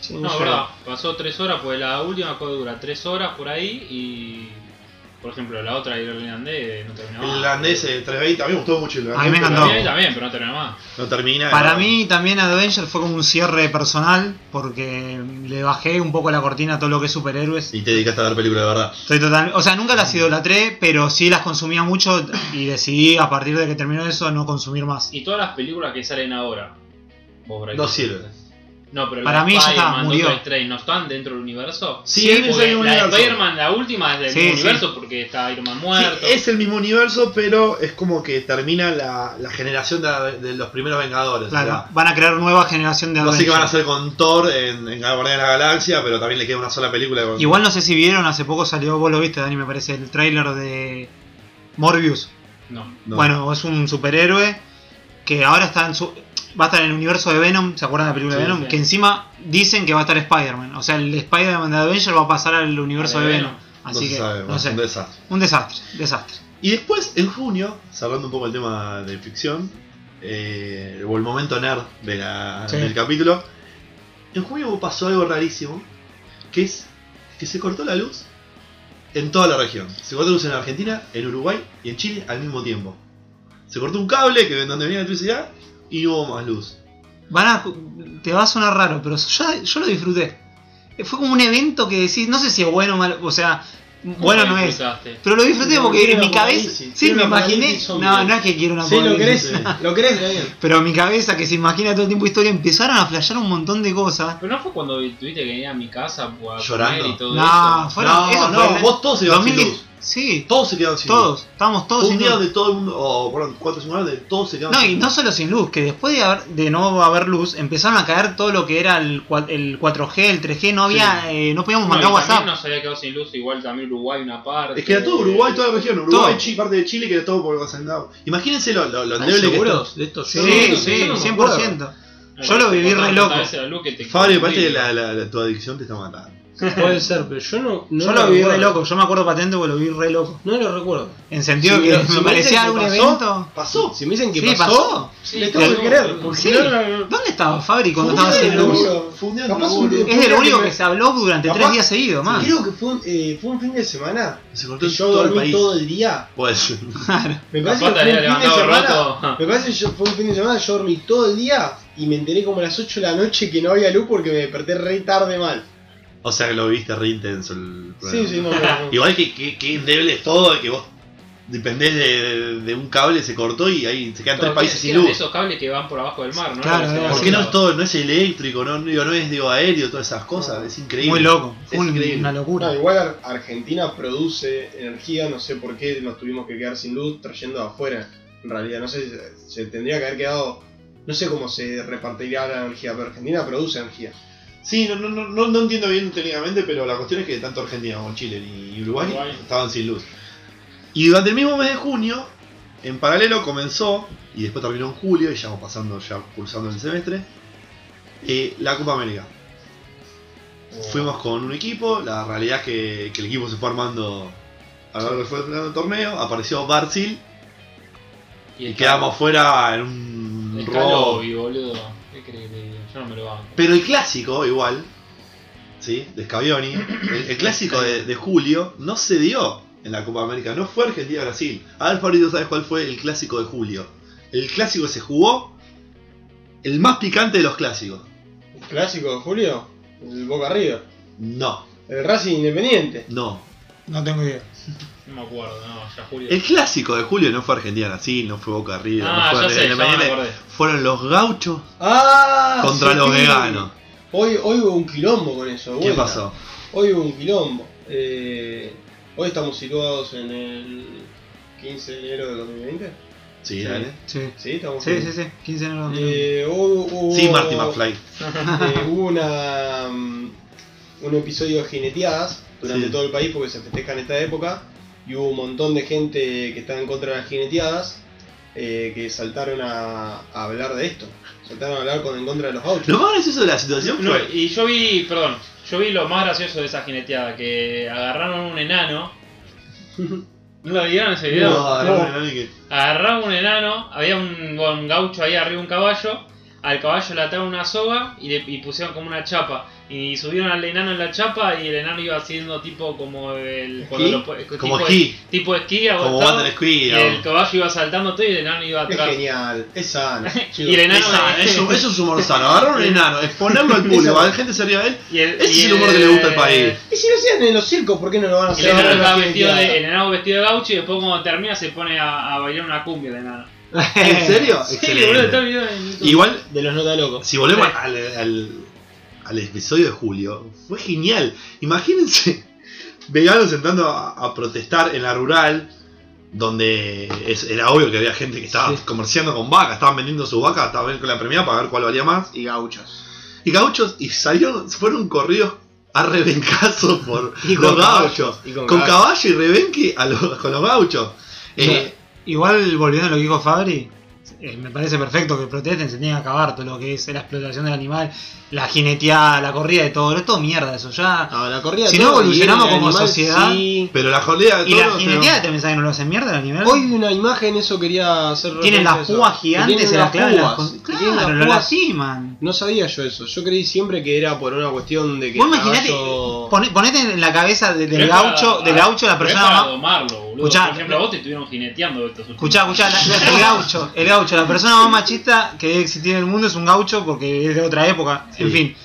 Speaker 3: Sí,
Speaker 2: No,
Speaker 3: sé.
Speaker 2: verdad. Pasó 3 horas, pues la última cosa dura 3 horas por ahí y. Por ejemplo, la otra de irlandés no terminó.
Speaker 1: el eh, holandés, el 320, a mí me gustó mucho el
Speaker 4: A mí me
Speaker 1: holandés,
Speaker 4: encantó.
Speaker 1: pero
Speaker 2: También, también, pero no terminó más.
Speaker 1: No termina.
Speaker 4: Para
Speaker 1: no.
Speaker 4: mí también Adventure fue como un cierre personal porque le bajé un poco la cortina a todo lo que es superhéroes.
Speaker 1: Y te dedicaste a ver películas de verdad.
Speaker 4: Estoy total, o sea, nunca las idolatré, pero sí las consumía mucho y decidí a partir de que terminó eso no consumir más.
Speaker 2: Y todas las películas que salen ahora. vos por ahí
Speaker 1: No
Speaker 2: pensás.
Speaker 1: sirven.
Speaker 2: No, pero
Speaker 4: Para
Speaker 2: la
Speaker 4: mí ya está,
Speaker 2: Spider-Man,
Speaker 4: murió.
Speaker 2: Doctor Strange, ¿no están dentro del universo?
Speaker 1: Sí,
Speaker 4: Sí,
Speaker 1: es el
Speaker 2: Porque
Speaker 1: mismo
Speaker 2: la de
Speaker 1: universo.
Speaker 2: Spider-Man, la última es del
Speaker 4: Sí,
Speaker 2: mismo
Speaker 4: sí.
Speaker 2: universo porque está Iron Man
Speaker 1: Sí,
Speaker 2: muerto.
Speaker 1: es el mismo universo, pero es como que termina la, la generación de, de los primeros Vengadores. o
Speaker 4: Claro,
Speaker 1: sea,
Speaker 4: van a crear nueva generación de
Speaker 1: No sé
Speaker 4: Avengers.
Speaker 1: qué van a hacer con Thor en, en Guardianes de la Galaxia, pero también le queda una sola película. con-
Speaker 4: Igual no sé si vieron, hace poco salió, vos lo viste Dani, me parece, el tráiler de Morbius.
Speaker 2: No.
Speaker 1: No.
Speaker 4: Bueno, es un superhéroe que ahora está en su, va a estar en el universo de Venom, ¿se acuerdan de la película de
Speaker 2: Sí,
Speaker 4: Venom?
Speaker 2: sí.
Speaker 4: Que encima dicen que va a estar Spider-Man. O sea, el Spider-Man de Avenger va a pasar al universo
Speaker 2: Al
Speaker 4: de
Speaker 2: de
Speaker 4: Venom.
Speaker 2: Venom.
Speaker 1: Eh, No
Speaker 4: Así
Speaker 1: se
Speaker 4: que,
Speaker 1: sabe,
Speaker 4: no
Speaker 1: bueno,
Speaker 4: sé.
Speaker 1: un desastre.
Speaker 4: Un desastre, desastre.
Speaker 1: Y después, en junio, cerrando un poco el tema de ficción, eh, o el momento nerd de la-
Speaker 4: Sí.
Speaker 1: del capítulo. En junio pasó algo rarísimo, que es que se cortó la luz en toda la región. Se cortó la luz en Argentina, en Uruguay y en Chile al mismo tiempo. Se cortó un cable que donde venía la electricidad y no hubo más luz.
Speaker 4: Van a, te va a sonar raro, pero yo, yo lo disfruté. Eh, Fue como un evento que decís, no sé si es bueno o malo, o sea, bueno no es.
Speaker 2: disfrutaste?
Speaker 4: Pero lo disfruté
Speaker 3: Quiero
Speaker 4: porque
Speaker 3: un
Speaker 4: en mi cabeza,
Speaker 3: apocalipsis,
Speaker 4: sí,
Speaker 3: quiero
Speaker 4: me
Speaker 3: un
Speaker 4: imaginé,
Speaker 3: apocalipsis
Speaker 4: no,
Speaker 3: zombie.
Speaker 4: no es que quiero una
Speaker 3: Sí, lo crees,
Speaker 1: Sí.
Speaker 3: lo crees, Daniel.
Speaker 4: pero mi cabeza que se imagina todo el tiempo historia, empezaron a flashear un montón de cosas.
Speaker 2: Pero no fue cuando tuviste que venir a mi casa pues, a comer
Speaker 1: Llorando.
Speaker 2: y todo
Speaker 4: No,
Speaker 2: eso.
Speaker 4: fueron,
Speaker 1: no,
Speaker 4: eso
Speaker 1: no,
Speaker 4: fue en-
Speaker 1: vos todos se quedaron sin
Speaker 4: 2010
Speaker 1: luz.
Speaker 4: Sí,
Speaker 1: Todos se quedaron sin luz.
Speaker 4: todos, estábamos todos
Speaker 1: Fue un
Speaker 4: sin
Speaker 1: día
Speaker 4: luz.
Speaker 1: donde todo el mundo, o bueno, cuatro semanas de todos se quedaron
Speaker 4: No,
Speaker 1: sin
Speaker 4: y
Speaker 1: luz.
Speaker 4: no solo sin luz, que después de, haber- de no haber luz empezaron a caer todo lo que era el, cua- el 4G, el 3G, no había, eh, no podíamos
Speaker 2: No, y
Speaker 4: mandar
Speaker 2: también
Speaker 4: WhatsApp.
Speaker 2: no se había quedado sin luz, igual también Uruguay una parte. eh,
Speaker 1: Es que era todo Uruguay, toda la región, Uruguay,
Speaker 4: Todo. Ah,
Speaker 1: Chi- parte de Chile, que era todo por Concentrado. Imagínense lo, lo, lo endeble
Speaker 3: ¿Están
Speaker 1: que está.
Speaker 3: seguros de esto?
Speaker 4: Sí,
Speaker 3: Yo no- yo
Speaker 4: sí,
Speaker 3: no me
Speaker 4: 100%. Yo lo viví re loco.
Speaker 1: Fabri, parece que la, la- la- tu adicción te está matando.
Speaker 3: acuerdo. Puede ser, pero yo no. no
Speaker 4: yo lo viví re
Speaker 3: recuerdo.
Speaker 4: loco, yo me acuerdo patente porque lo viví re loco.
Speaker 3: No lo recuerdo.
Speaker 4: En sentido
Speaker 3: Si
Speaker 4: que
Speaker 3: me-
Speaker 4: me,
Speaker 3: si me dicen
Speaker 4: parecía
Speaker 3: que
Speaker 4: algún
Speaker 3: pasó,
Speaker 4: evento.
Speaker 1: ¿Pasó?
Speaker 3: Si me dicen que
Speaker 4: Sí,
Speaker 3: pasó,
Speaker 4: pasó.
Speaker 3: le tengo que creer. Porque
Speaker 4: Sí.
Speaker 3: si no, no, no.
Speaker 4: ¿Dónde estaba Fabri cuando
Speaker 3: Fue
Speaker 4: estaba
Speaker 3: un día
Speaker 4: sin
Speaker 3: de
Speaker 4: luz?
Speaker 3: laburo.
Speaker 1: Fue un día
Speaker 3: Capaz
Speaker 1: de laburo.
Speaker 3: un día-
Speaker 4: Es de lo
Speaker 3: Fue un día
Speaker 4: único
Speaker 3: que
Speaker 4: que se habló durante
Speaker 1: Capaz-
Speaker 4: tres días seguidos, más.
Speaker 3: Creo que fue un, eh, fue un fin de semana
Speaker 1: Se
Speaker 3: que
Speaker 1: cortó en
Speaker 3: yo
Speaker 1: todo el
Speaker 3: dormí
Speaker 1: país.
Speaker 3: todo el día.
Speaker 1: Pues,
Speaker 3: Me
Speaker 2: La
Speaker 3: parece que
Speaker 2: pata había
Speaker 3: fue un fin de
Speaker 2: levantado
Speaker 3: semana.
Speaker 2: roto.
Speaker 3: Me parece que yo- fue un fin de semana, yo dormí todo el día y me enteré como a las 8 de la noche que no había luz porque me desperté re tarde mal.
Speaker 1: o sea que lo viviste re intenso el
Speaker 3: Sí,
Speaker 1: programa.
Speaker 3: sí, no, no, no.
Speaker 1: Igual que, que, que endeble es todo, que vos dependés de, de- de un cable, se cortó y ahí se quedan tres países sin luz.
Speaker 2: Esos cables que van por abajo del mar, ¿no?
Speaker 4: Claro,
Speaker 2: Los que
Speaker 4: ¿por
Speaker 1: ¿Por
Speaker 2: van
Speaker 1: qué no
Speaker 2: por
Speaker 1: es todo, no es eléctrico, no, digo, no es digo, aéreo, todas esas cosas? Es increíble.
Speaker 4: Muy loco, fue
Speaker 1: Es
Speaker 4: un-
Speaker 1: increíble.
Speaker 4: una
Speaker 3: No,
Speaker 4: locura.
Speaker 3: igual Ar- Argentina produce energía, no sé por qué nos tuvimos que quedar sin luz trayendo de afuera. En realidad, no sé, se- se tendría que haber quedado. No sé cómo se repartiría la energía, pero Argentina produce energía.
Speaker 1: Sí, no, no, no, no, no entiendo bien técnicamente, pero la cuestión es que tanto Argentina como Chile y Uruguay,
Speaker 2: Uruguay.
Speaker 1: estaban sin luz. Y durante el mismo mes de junio, en paralelo comenzó, y después terminó en julio, y ya vamos pasando, ya cursando el semestre, eh, la Copa América.
Speaker 2: Oh.
Speaker 1: Fuimos con un equipo, la realidad es que, que el equipo se fue armando a lo largo que fue el torneo, apareció Brasil
Speaker 2: el
Speaker 1: y quedamos fuera en un
Speaker 2: El
Speaker 1: robo.
Speaker 2: Calobi, boludo. ¿Qué crees que te diga? Yo no me lo banco.
Speaker 1: Pero el clásico, igual, ¿sí? De Scavioni, el, el clásico de, de julio no se dio en la Copa América, no fue Argentina-Brasil. A ver, Fabri, ¿tú sabes cuál fue el clásico de julio? El clásico que se jugó, el más picante de los clásicos.
Speaker 3: ¿El clásico de Julio? El Boca Arriba.
Speaker 1: No,
Speaker 3: El Racing Independiente.
Speaker 1: no.
Speaker 4: No tengo idea.
Speaker 2: No me acuerdo, no, ya Julio.
Speaker 1: El clásico de julio no fue Argentina-Brasil, no fue Boca River,
Speaker 2: ah,
Speaker 1: no
Speaker 2: ya
Speaker 1: fue
Speaker 2: sé, ya me
Speaker 1: Independiente,
Speaker 2: acordé.
Speaker 1: Fueron los gauchos
Speaker 3: ¡Ah!
Speaker 1: contra
Speaker 3: sí!
Speaker 1: los veganos.
Speaker 3: Hoy, hoy hubo un quilombo con eso. de
Speaker 1: ¿Qué
Speaker 3: vuelta.
Speaker 1: pasó?
Speaker 3: Hoy hubo un quilombo. Eh, hoy estamos situados en el 15 de enero de 2020.
Speaker 1: Sí,
Speaker 3: Sí.
Speaker 1: dale.
Speaker 4: Sí,
Speaker 3: Sí, estamos
Speaker 4: sí,
Speaker 3: en-
Speaker 4: sí, sí. 15 de enero.
Speaker 3: Eh, hubo, hubo-
Speaker 1: Sí, Marty McFly.
Speaker 3: eh, hubo una, mm, un episodio de jineteadas durante
Speaker 1: Sí.
Speaker 3: todo el país porque se festeja en esta época y hubo un montón de gente que está en contra de las jineteadas eh, que saltaron a, a hablar de esto. Saltaron a hablar con, en contra de los autos.
Speaker 1: Lo más gracioso de la situación
Speaker 2: No,
Speaker 1: fue...
Speaker 2: y yo vi, perdón, yo vi lo más gracioso de esa jineteada, que agarraron un enano. ¿No lo vieron ese video?
Speaker 1: No, no,
Speaker 3: no.
Speaker 1: no, no, que-
Speaker 2: Agarraron un enano, había un, un gaucho ahí arriba de un caballo, al caballo le ataron una soga y, le, y pusieron como una chapa. Y subieron al enano en la chapa y el enano iba haciendo tipo como el... cuando lo po-
Speaker 1: Como
Speaker 2: tipo,
Speaker 1: esquí.
Speaker 2: tipo esquí
Speaker 1: Como
Speaker 2: agotado,
Speaker 1: Wander
Speaker 2: y
Speaker 1: Squid.
Speaker 2: el caballo iba saltando todo y el enano iba
Speaker 3: Es
Speaker 2: atrás.
Speaker 3: genial, es sano. chicos.
Speaker 2: Y el enano...
Speaker 1: Esa, eso, eso es humor sano. Agarrar un enano, exponerlo al público, a la gente se ría de él.
Speaker 2: y el-
Speaker 1: Ese
Speaker 2: y
Speaker 1: es el humor que le gusta al país.
Speaker 3: Y si lo hacían en los circos, ¿por qué no lo van a
Speaker 2: El
Speaker 3: hacer
Speaker 2: enano,
Speaker 3: ahora en las
Speaker 2: estaba vestido de,
Speaker 3: jineteadas?
Speaker 2: el enano vestido de gaucho y después cuando termina se pone a, a bailar una cumbia de enano.
Speaker 1: ¿En serio?
Speaker 2: Sí, boludo, está el video en YouTube.
Speaker 1: Ah, Igual,
Speaker 3: De los nota locos.
Speaker 1: si volvemos al, al, al episodio de Julio, fue genial. Imagínense veganos sentando a, a protestar en la rural, donde es- era obvio que había gente que estaba comerciando con vacas, estaban vendiendo sus vacas, estaban vendiendo con la premia para ver cuál valía más.
Speaker 3: Y gauchos.
Speaker 1: Y gauchos, y salieron, fueron corridos a rebencazo por los gauchos.
Speaker 3: Y con,
Speaker 1: Con
Speaker 3: caballos.
Speaker 1: caballo y rebenque a los- con los gauchos. Eh,
Speaker 4: Igual volviendo a lo que dijo Fabri, eh, me parece perfecto que protesten, se tiene que acabar todo lo que es la explotación del animal, la jineteada, la corrida de todo, es todo mierda eso, ya.
Speaker 3: No, la corrida
Speaker 4: Si
Speaker 3: de
Speaker 4: no
Speaker 3: toros y
Speaker 4: evolucionamos
Speaker 3: el
Speaker 4: como
Speaker 3: animal,
Speaker 4: sociedad-
Speaker 3: sí.
Speaker 1: Pero la jornada de
Speaker 4: y la
Speaker 1: toros,
Speaker 4: jineteada te pensás que no lo hacen mierda el animal.
Speaker 3: Hoy vi una imagen, eso quería hacer
Speaker 4: tienen
Speaker 3: referencia a
Speaker 4: las
Speaker 3: eso.
Speaker 4: púas
Speaker 3: Que
Speaker 4: gigantes,
Speaker 3: tienen
Speaker 4: se las clavan en las
Speaker 3: púas.
Speaker 4: con-
Speaker 3: Que tienen las
Speaker 4: Claro, lo
Speaker 3: púas.
Speaker 4: lastiman.
Speaker 3: No sabía yo eso. Yo creí siempre que era por una cuestión de que.
Speaker 4: Vos
Speaker 3: el
Speaker 4: imaginate,
Speaker 3: caballo-
Speaker 4: pone- ponete en la cabeza de-
Speaker 2: Pero
Speaker 4: del
Speaker 2: es para-
Speaker 4: gaucho, del
Speaker 2: ah,
Speaker 4: gaucho, la
Speaker 2: pero es
Speaker 4: persona
Speaker 2: para
Speaker 4: más.
Speaker 2: domarlo, boludo.
Speaker 4: Escuchá,
Speaker 2: Por ejemplo,
Speaker 4: no-
Speaker 2: vos te estuvieron jineteando estos últimos.
Speaker 4: Escuchá, escuchá, la- la- el gaucho, el gaucho, la persona más machista que debe existir en el mundo es un gaucho porque es de otra época, en
Speaker 1: Sí.
Speaker 4: fin.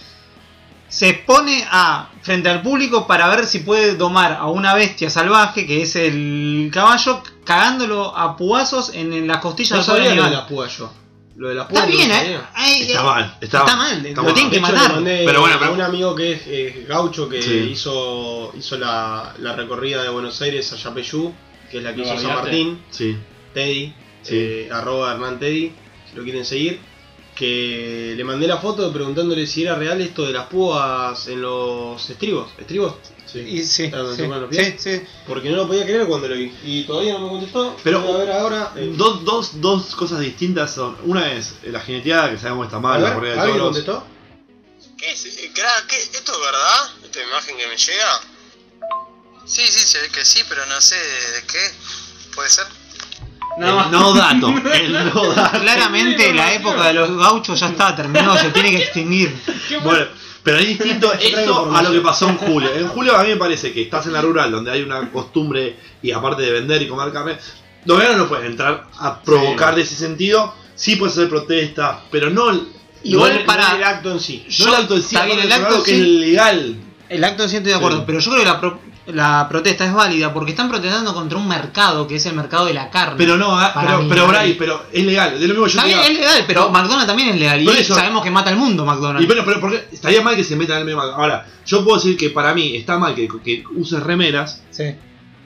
Speaker 4: Se expone a frente al público para ver si puede domar a una bestia salvaje que es el caballo, cagándolo a puazos en, en las costillas
Speaker 3: No
Speaker 4: de todo el
Speaker 3: sabía lo de
Speaker 4: animal.
Speaker 3: las púas yo. Lo de las púas.
Speaker 4: Está
Speaker 3: no
Speaker 4: bien,
Speaker 3: lo
Speaker 4: eh,
Speaker 3: sabía.
Speaker 4: eh,
Speaker 1: está mal, está,
Speaker 4: está mal,
Speaker 1: está
Speaker 4: lo
Speaker 1: mal.
Speaker 4: tienen
Speaker 3: De
Speaker 4: que
Speaker 3: hecho,
Speaker 4: matar.
Speaker 3: le mandé
Speaker 1: Pero bueno,
Speaker 3: a
Speaker 1: pero-
Speaker 3: un amigo que es eh, gaucho que
Speaker 1: Sí.
Speaker 3: hizo, hizo la, la recorrida de Buenos Aires a Yapeyú, que es la que
Speaker 2: Lo
Speaker 3: hizo San
Speaker 2: bardeaste.
Speaker 3: Martín,
Speaker 1: Sí.
Speaker 3: Teddy,
Speaker 1: Sí.
Speaker 3: eh, arroba Hernán Teddy, si lo quieren seguir, que le mandé la foto preguntándole si era real esto de las púas en los estribos, estribos,
Speaker 4: Y sí,
Speaker 3: Claro,
Speaker 4: sí,
Speaker 3: se ponen los
Speaker 4: sí,
Speaker 3: pies.
Speaker 4: sí.
Speaker 3: porque no lo podía creer cuando lo vi, y todavía no me contestó,
Speaker 1: Pero-
Speaker 3: voy a ver ahora... eh,
Speaker 1: Dos, dos, dos cosas distintas son. Una es eh, la jineteada, que sabemos que está
Speaker 3: a
Speaker 1: mal, la
Speaker 3: ver,
Speaker 1: corrida de
Speaker 3: ¿alguien
Speaker 1: toros.
Speaker 3: contestó?
Speaker 5: ¿Qué es? eh, cra- qué- ¿Esto es verdad? ¿Esta imagen que me llega? Sí, sí, se ve que sí, pero no sé de qué. ¿Puede ser?
Speaker 2: Nada más.
Speaker 1: El no dato. El no dato.
Speaker 4: Claramente la época de los gauchos ya está, terminó, se tiene que extinguir.
Speaker 2: Qué
Speaker 1: Bueno, pero es distinto esto a lo que pasó en julio. En julio a mí me parece que estás en la rural, donde hay una costumbre, y aparte de vender y comer carne, los veganos no pueden entrar a provocar de ese sentido. Sí puedes hacer protestas, pero no, el-
Speaker 4: Igual
Speaker 1: no el-
Speaker 4: para-
Speaker 3: No el acto en sí.
Speaker 1: no el acto en sí,
Speaker 4: Está bien,
Speaker 1: aparte
Speaker 4: el
Speaker 1: de
Speaker 4: acto
Speaker 1: algo que
Speaker 4: sí.
Speaker 1: es legal.
Speaker 4: El acto en sí estoy de acuerdo,
Speaker 1: Sí.
Speaker 4: pero yo creo que la, pro- la protesta es válida porque están protestando contra un mercado que es el mercado de la carne.
Speaker 1: Pero no, ah,
Speaker 4: Para
Speaker 1: pero,
Speaker 4: mí,
Speaker 1: pero
Speaker 4: para
Speaker 1: Bray,
Speaker 4: mí.
Speaker 1: pero es legal. Es lo mismo que yo
Speaker 4: Está
Speaker 1: te
Speaker 4: bien,
Speaker 1: diga.
Speaker 4: es legal, pero McDonald's también es legal y
Speaker 1: Por eso-
Speaker 4: sabemos que mata al mundo McDonald's.
Speaker 1: Y bueno, pero porque estaría mal que se metan en el medio. Ahora, yo puedo decir que para mí está mal que, que uses remeras,
Speaker 4: sí,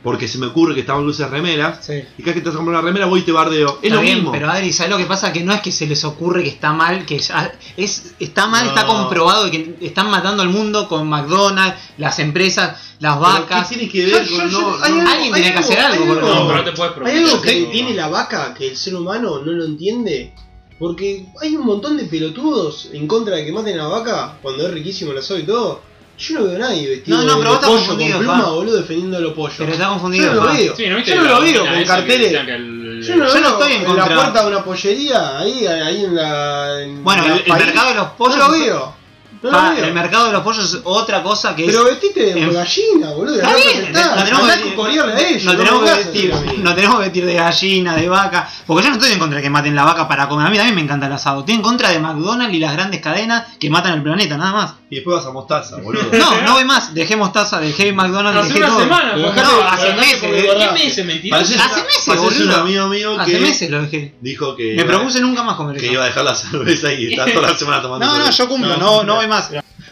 Speaker 1: porque se me ocurre que está mal que uses remeras.
Speaker 4: sí.
Speaker 1: Y cada vez que te vas a comprar una remera, voy y te bardeo. Es
Speaker 4: Está
Speaker 1: lo
Speaker 4: bien,
Speaker 1: mismo.
Speaker 4: pero Adri, ¿sabes lo que pasa? Que no es que se les ocurre que está mal, que ya- es está mal,
Speaker 3: No.
Speaker 4: está comprobado que están matando al mundo con McDonald's, las empresas, las vacas.
Speaker 1: ¿Qué tiene que ver
Speaker 3: Yo-
Speaker 1: con
Speaker 3: yo- yo-
Speaker 1: no,
Speaker 3: hay
Speaker 1: no?
Speaker 3: algo-
Speaker 4: Alguien tiene que hacer
Speaker 3: hay
Speaker 4: algo, por
Speaker 3: algo-
Speaker 4: lo
Speaker 2: No,
Speaker 4: menos.
Speaker 2: pero no te puedes
Speaker 3: Hay
Speaker 2: prometer.
Speaker 3: algo que
Speaker 2: no.
Speaker 3: tiene la vaca que el ser humano no lo entiende. Porque hay un montón de pelotudos en contra de que maten a la vaca cuando es riquísimo el asado y todo. Yo no veo a nadie vestido
Speaker 4: No, no,
Speaker 3: de-
Speaker 4: pero
Speaker 3: de
Speaker 4: vos estás
Speaker 3: pollo con
Speaker 4: confundido,
Speaker 3: pluma,
Speaker 4: pa.
Speaker 3: boludo, defendiendo a los pollos.
Speaker 4: Pero está confundido,
Speaker 3: Yo no
Speaker 4: pa.
Speaker 3: lo veo.
Speaker 2: Sí, ¿no viste
Speaker 3: yo no
Speaker 2: la
Speaker 3: lo veo
Speaker 2: escena
Speaker 3: con
Speaker 2: esa que
Speaker 3: carteles.
Speaker 2: decían que el-
Speaker 3: Yo no, lo
Speaker 4: Yo no
Speaker 3: veo
Speaker 4: estoy en
Speaker 3: la
Speaker 4: contra.
Speaker 3: puerta de una pollería, ahí, ahí en la. en
Speaker 4: Bueno,
Speaker 3: la
Speaker 4: el, el
Speaker 3: país.
Speaker 4: mercado de los pollos.
Speaker 3: No lo veo. No
Speaker 4: Pa,
Speaker 3: lo veo.
Speaker 4: el mercado de los pollos es otra cosa que
Speaker 3: Pero
Speaker 4: es.
Speaker 3: vestite de
Speaker 4: en-
Speaker 3: gallina, boludo.
Speaker 4: Está
Speaker 3: andá a
Speaker 4: bien,
Speaker 3: protestar,
Speaker 4: nos tenemos
Speaker 3: andá
Speaker 4: que-
Speaker 3: a corearle a ellos.
Speaker 4: Nos tenemos,
Speaker 3: me
Speaker 4: que
Speaker 3: hagas
Speaker 4: vestir,
Speaker 3: así a mí.
Speaker 4: nos tenemos que vestir de gallina, de vaca. Porque yo no estoy en contra de que maten la vaca para comer. A mí también me encanta el asado. Estoy en contra de McDonald's y las grandes cadenas que matan el planeta, nada más.
Speaker 1: Y después vas a mostaza, boludo.
Speaker 4: No, no voy más. Dejemos taza, dejé McDonald's.
Speaker 2: Hace
Speaker 4: dejé
Speaker 2: una
Speaker 4: todo.
Speaker 2: semana,
Speaker 3: Lo
Speaker 2: pues,
Speaker 3: dejaste-
Speaker 4: No,
Speaker 3: lo
Speaker 4: hace
Speaker 3: dejaste
Speaker 4: meses,
Speaker 3: porque
Speaker 4: ¿eh?
Speaker 2: ¿Qué
Speaker 3: guardaste.
Speaker 2: me dice mentira?
Speaker 1: Parece-
Speaker 4: Hace meses,
Speaker 1: parece un
Speaker 4: boludo.
Speaker 1: amigo mío
Speaker 4: Hace
Speaker 1: que
Speaker 4: meses lo dejé.
Speaker 1: dijo que,
Speaker 4: Me propuse nunca más comer
Speaker 1: que
Speaker 4: eso.
Speaker 1: iba a dejar la cerveza y está toda la semana tomando
Speaker 4: No, no,
Speaker 1: cerveza.
Speaker 4: yo cumplo, no, no voy más.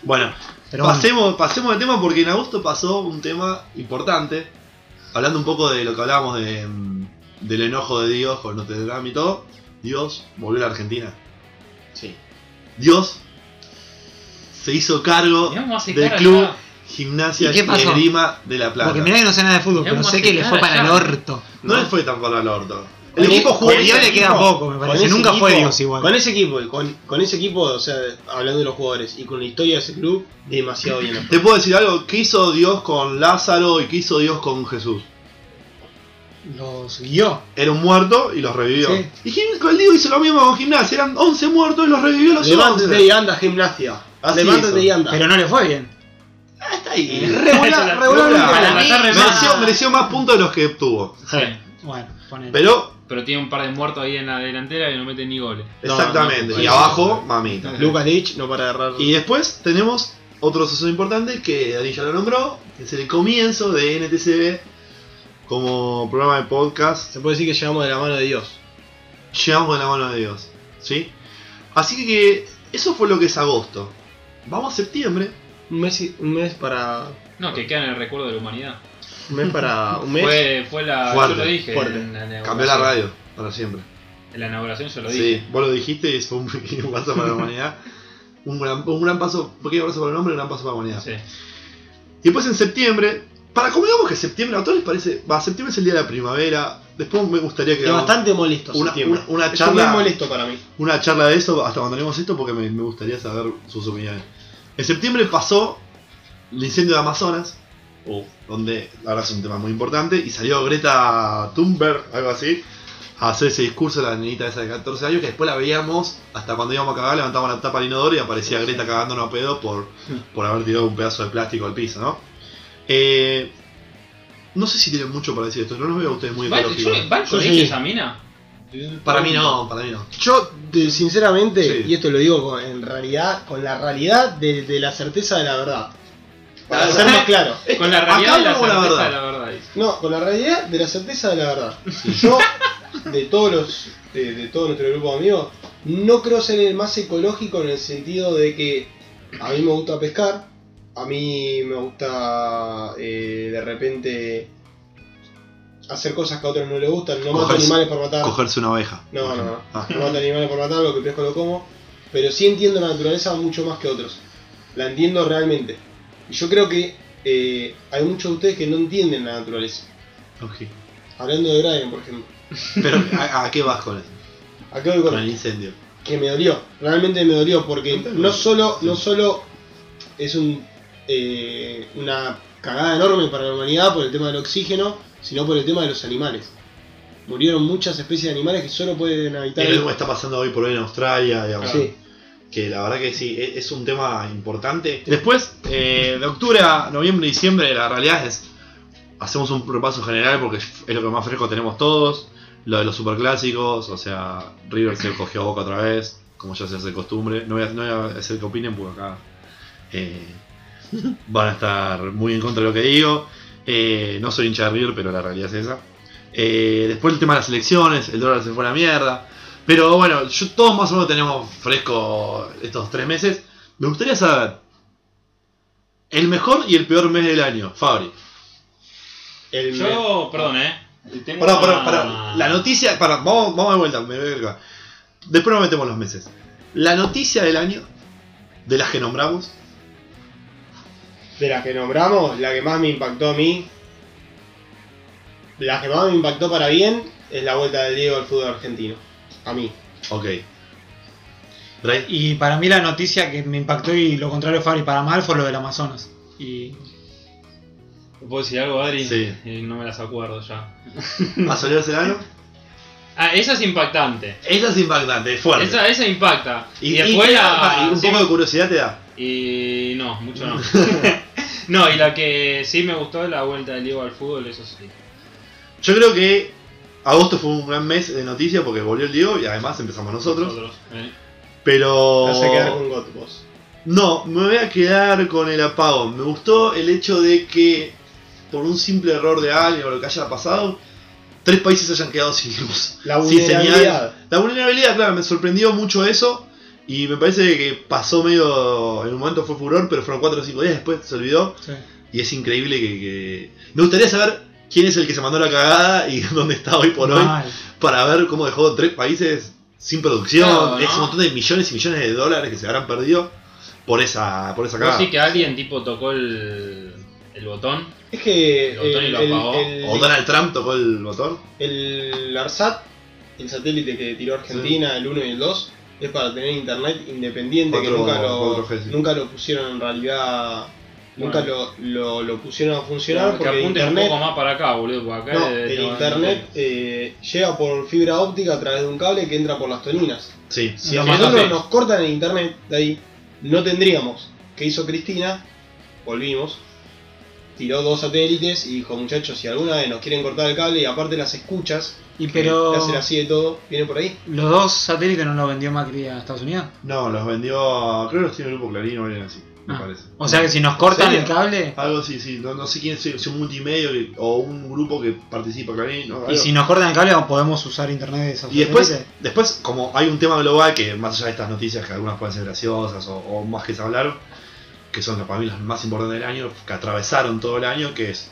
Speaker 1: Bueno,
Speaker 4: Pero bueno.
Speaker 1: pasemos, pasemos de tema porque en agosto pasó un tema importante. Hablando un poco de lo que hablábamos de, mm, del enojo de Dios con Notre Dame y todo. Dios volvió a la Argentina.
Speaker 3: Sí.
Speaker 1: Dios se hizo cargo
Speaker 2: Mirá cómo hace
Speaker 1: del
Speaker 2: cara
Speaker 1: club
Speaker 2: acá.
Speaker 1: Gimnasia
Speaker 4: ¿Y qué pasó?
Speaker 1: Esgrima de la Plata.
Speaker 4: Porque mirá que no sé nada de fútbol,
Speaker 2: Ya
Speaker 4: pero
Speaker 2: vamos
Speaker 4: sé
Speaker 2: a
Speaker 4: que le
Speaker 2: fijar
Speaker 4: fue para el
Speaker 2: allá.
Speaker 4: orto.
Speaker 1: No le fue tan por al orto. El
Speaker 3: Con
Speaker 1: equipo
Speaker 3: e-
Speaker 1: jugó
Speaker 4: con
Speaker 1: bien.
Speaker 4: Dios le queda poco, me parece.
Speaker 3: ese
Speaker 4: Nunca fue Dios igual.
Speaker 3: Con ese equipo, con, con ese equipo, o sea, hablando de los jugadores y con la historia de ese club, demasiado bien.
Speaker 1: Te puedo decir algo, ¿qué hizo Dios con Lázaro y qué hizo Dios con Jesús?
Speaker 4: Los guió.
Speaker 1: Era un muerto y los revivió.
Speaker 4: Sí.
Speaker 1: Y Gim- con el Diego hizo lo mismo con Gimnasia, eran 11 muertos y los revivió los
Speaker 3: Levántate
Speaker 1: 11.
Speaker 3: y anda, gimnasia.
Speaker 1: Así
Speaker 3: Levántate
Speaker 1: hizo.
Speaker 3: y anda.
Speaker 4: Pero no le fue bien.
Speaker 1: Ah, está ahí.
Speaker 3: Regular- regularmente.
Speaker 1: Para
Speaker 2: mí-
Speaker 1: Mereció, mereció más puntos de los que obtuvo.
Speaker 4: Bueno, ponele.
Speaker 1: Pero,
Speaker 2: Pero tiene un par de muertos ahí en la delantera que no meten ni goles.
Speaker 3: No,
Speaker 1: exactamente.
Speaker 3: no, no,
Speaker 1: y
Speaker 3: no.
Speaker 1: abajo, mamita.
Speaker 3: Lucas Leach no para agarrar.
Speaker 1: Y después tenemos otro suceso importante que Dani ya lo nombró, que es el comienzo de NTCB como programa de podcast
Speaker 3: se puede decir que llegamos de la mano de Dios.
Speaker 1: llegamos con la mano de Dios. ¿Sí? Así que eso fue lo que es agosto. Vamos a septiembre.
Speaker 3: Un mes, y- un mes para.
Speaker 2: No, que queda en el recuerdo de la humanidad.
Speaker 3: Un mes para. Un mes.
Speaker 2: Fue, fue la.
Speaker 1: Fuerte,
Speaker 2: yo lo dije.
Speaker 3: fuerte.
Speaker 2: En la inauguración.
Speaker 1: Cambió la radio para siempre.
Speaker 2: En la inauguración yo lo dije.
Speaker 1: Sí, vos lo dijiste y fue un pequeño paso para la humanidad. Un gran, un gran paso, un pequeño paso para el hombre, un gran paso para la humanidad.
Speaker 2: Sí.
Speaker 1: Y después en septiembre, para como digamos que septiembre a todos les parece, va, septiembre es el día de la primavera, Después me gustaría que
Speaker 3: Es
Speaker 1: hagamos
Speaker 3: bastante molesto
Speaker 1: una,
Speaker 3: septiembre.
Speaker 1: una- una
Speaker 3: Esto
Speaker 1: charla-
Speaker 3: es muy molesto para mí.
Speaker 1: una charla de eso hasta cuando leemos esto porque me, me gustaría saber sus opiniones. En septiembre pasó el incendio de Amazonas, o donde ahora es un tema muy importante, y salió Greta Thunberg, algo así, a hacer ese discurso de la nenita esa de 14 años, que después la veíamos hasta cuando íbamos a cagar, levantábamos la tapa al inodoro y aparecía Greta cagándonos a pedo por, por haber tirado un pedazo de plástico al piso, ¿no? Eh, no sé si tienen mucho para decir esto, no los veo a ustedes muy
Speaker 2: ¿Va al-
Speaker 1: ecológicos.
Speaker 2: yo- va al
Speaker 3: Yo
Speaker 2: colegio
Speaker 3: sí.
Speaker 2: esa mina?
Speaker 1: Para mí no, para mí no.
Speaker 3: Yo, de- sinceramente,
Speaker 1: Sí.
Speaker 3: y esto lo digo con, en realidad, con la realidad de, de la certeza de la verdad. Para ser más claro.
Speaker 2: Con la
Speaker 1: Acá
Speaker 2: realidad y la
Speaker 1: hablamos la
Speaker 2: certeza
Speaker 1: verdad.
Speaker 2: de la verdad. dice.
Speaker 3: No, con la realidad de la certeza de la verdad. Yo, de todos los, de, de todo nuestro grupo de amigos, no creo ser el más ecológico en el sentido de que a mí me gusta pescar, a mí me gusta eh, de repente hacer cosas que a otros no les gustan, no mato
Speaker 1: Cogerse-
Speaker 3: animales por matar.
Speaker 1: Cogerse una oveja.
Speaker 3: No, no, no.
Speaker 1: Ah.
Speaker 3: No mato animales por matar, lo que pesco lo como. Pero sí entiendo la naturaleza mucho más que otros. La entiendo realmente. Y yo creo que eh, hay muchos de ustedes que no entienden la naturaleza.
Speaker 1: Ok.
Speaker 3: Hablando de Brian, por ejemplo.
Speaker 1: Pero, ¿a, a qué vas con, eso?
Speaker 3: Acá voy
Speaker 1: con
Speaker 3: con
Speaker 1: el incendio?
Speaker 3: que me dolió. Realmente me dolió porque
Speaker 1: Entiendo.
Speaker 3: no solo, no solo es un, eh, una cagada enorme para la humanidad por el tema del oxígeno, sino por el tema de los animales. Murieron muchas especies de animales que solo pueden habitar.
Speaker 1: Es
Speaker 3: ahí.
Speaker 1: lo que está pasando hoy por hoy en Australia, digamos.
Speaker 3: Sí.
Speaker 1: Que la verdad que sí, e- es un tema importante. Después, eh, de octubre a noviembre, diciembre, la realidad es. Hacemos un repaso general porque es lo que más fresco tenemos todos. Lo de los superclásicos, o sea, River se cogió a Boca otra vez, como ya se hace costumbre. No voy a, no voy a hacer que opinen porque acá eh, van a estar muy en contra de lo que digo. Eh, no soy hincha de River, pero la realidad es esa. Eh, después el tema de las elecciones, el dólar se fue a la mierda. Pero bueno, yo- todos más o menos tenemos fresco estos tres meses. Me gustaría saber el mejor y el peor mes del año, Fabri.
Speaker 3: El-
Speaker 2: Yo, perdón, eh. Tengo
Speaker 1: Pará, pará,
Speaker 2: una-
Speaker 1: pará. La noticia, pará, vamos, vamos de vuelta. me voy a ir acá. Después nos metemos los meses. La noticia del año, de las que nombramos,
Speaker 3: De las que nombramos, la que más me impactó a mí, la que más me impactó para bien, es la vuelta del Diego al fútbol argentino. A mí.
Speaker 1: ok. Bray,
Speaker 4: Y para mí la noticia que me impactó y lo contrario de Fabri para mal fue lo del Amazonas. Y
Speaker 2: ¿Puedo decir algo, Adri?
Speaker 1: Sí.
Speaker 2: Eh, No me las acuerdo ya.
Speaker 1: ¿a Soledad Serrano?
Speaker 2: Ah, esa es impactante.
Speaker 1: Esa es impactante, es fuerte.
Speaker 2: Esa, esa impacta.
Speaker 1: y,
Speaker 2: Y,
Speaker 1: y
Speaker 2: después
Speaker 1: te da-
Speaker 2: la.
Speaker 1: y un
Speaker 2: sí,
Speaker 1: poco de curiosidad te da.
Speaker 2: Y no, mucho no. no, y la que sí me gustó es la vuelta del Diego al fútbol, eso sí.
Speaker 1: Yo creo que agosto fue un gran mes de noticias porque volvió el Diego y además empezamos nosotros.
Speaker 2: eh.
Speaker 1: Pero.
Speaker 3: Me hace quedar con Got vos.
Speaker 1: No, me voy a quedar con el apagón. Me gustó el hecho de que, por un simple error de alguien o lo que haya pasado, tres países hayan quedado sin luz.
Speaker 3: La
Speaker 1: sin
Speaker 3: vulnerabilidad.
Speaker 1: La vulnerabilidad, claro, me sorprendió mucho eso. Y me parece que pasó medio. En un momento fue furor, pero fueron cuatro o cinco días después, se olvidó.
Speaker 4: sí.
Speaker 1: Y es increíble que, que- Me gustaría saber quién es el que se mandó la cagada y dónde está hoy por hoy
Speaker 4: Mal.
Speaker 1: para ver cómo dejó tres países sin producción.
Speaker 2: Claro,
Speaker 1: Es
Speaker 2: ¿no?
Speaker 1: un montón de millones y millones de dólares que se habrán perdido por esa, por esa
Speaker 2: Vos
Speaker 1: cagada.
Speaker 2: sí que alguien tipo tocó el, el botón.
Speaker 3: Es que
Speaker 2: Pero Tony
Speaker 3: el,
Speaker 2: lo
Speaker 3: el-
Speaker 2: apagó.
Speaker 3: el-
Speaker 1: O Donald Trump tocó el botón.
Speaker 3: el ARSAT, el satélite que tiró Argentina, el 1 y el 2, es para tener internet independiente, que
Speaker 1: Cuatro-
Speaker 3: nunca lo,
Speaker 1: 4G, sí.
Speaker 3: nunca lo pusieron en realidad, nunca lo, lo, lo pusieron a funcionar
Speaker 2: que
Speaker 3: porque
Speaker 2: apunte un
Speaker 3: internet
Speaker 2: poco más para acá, boludo, porque acá
Speaker 3: No,
Speaker 2: es-
Speaker 3: el
Speaker 2: no,
Speaker 3: internet
Speaker 2: no.
Speaker 3: eh, llega por fibra óptica a través de un cable que entra por las toninas.
Speaker 1: Sí.
Speaker 3: Si a
Speaker 2: Sí,
Speaker 3: nosotros
Speaker 2: sí.
Speaker 3: nos cortan el internet de ahí, no tendríamos. ¿Qué hizo Cristina? Volvimos. Tiró dos satélites y dijo, muchachos, si alguna vez nos quieren cortar el cable y aparte las escuchas,
Speaker 4: Y
Speaker 3: que
Speaker 4: pero
Speaker 3: le hacen así de todo, viene por ahí.
Speaker 4: los dos satélites no los vendió Macri a Estados Unidos.
Speaker 1: No, los vendió. Creo que los tiene el grupo Clarín o alguien así, me
Speaker 4: Ah.
Speaker 1: parece.
Speaker 4: O sea que si nos cortan
Speaker 3: serio?
Speaker 4: el cable
Speaker 1: Algo así, sí. No, no sé quién es, si un multimedia que- o un grupo que participa Clarín. ¿no?
Speaker 4: y
Speaker 1: Algo.
Speaker 4: si nos cortan el cable podemos usar internet de esos
Speaker 1: Y después,
Speaker 4: satélites.
Speaker 1: después, como hay un tema global que más allá de estas noticias que algunas pueden ser graciosas o, o más que se hablaron, que son para mí las más importantes del año, que atravesaron todo el año, que es,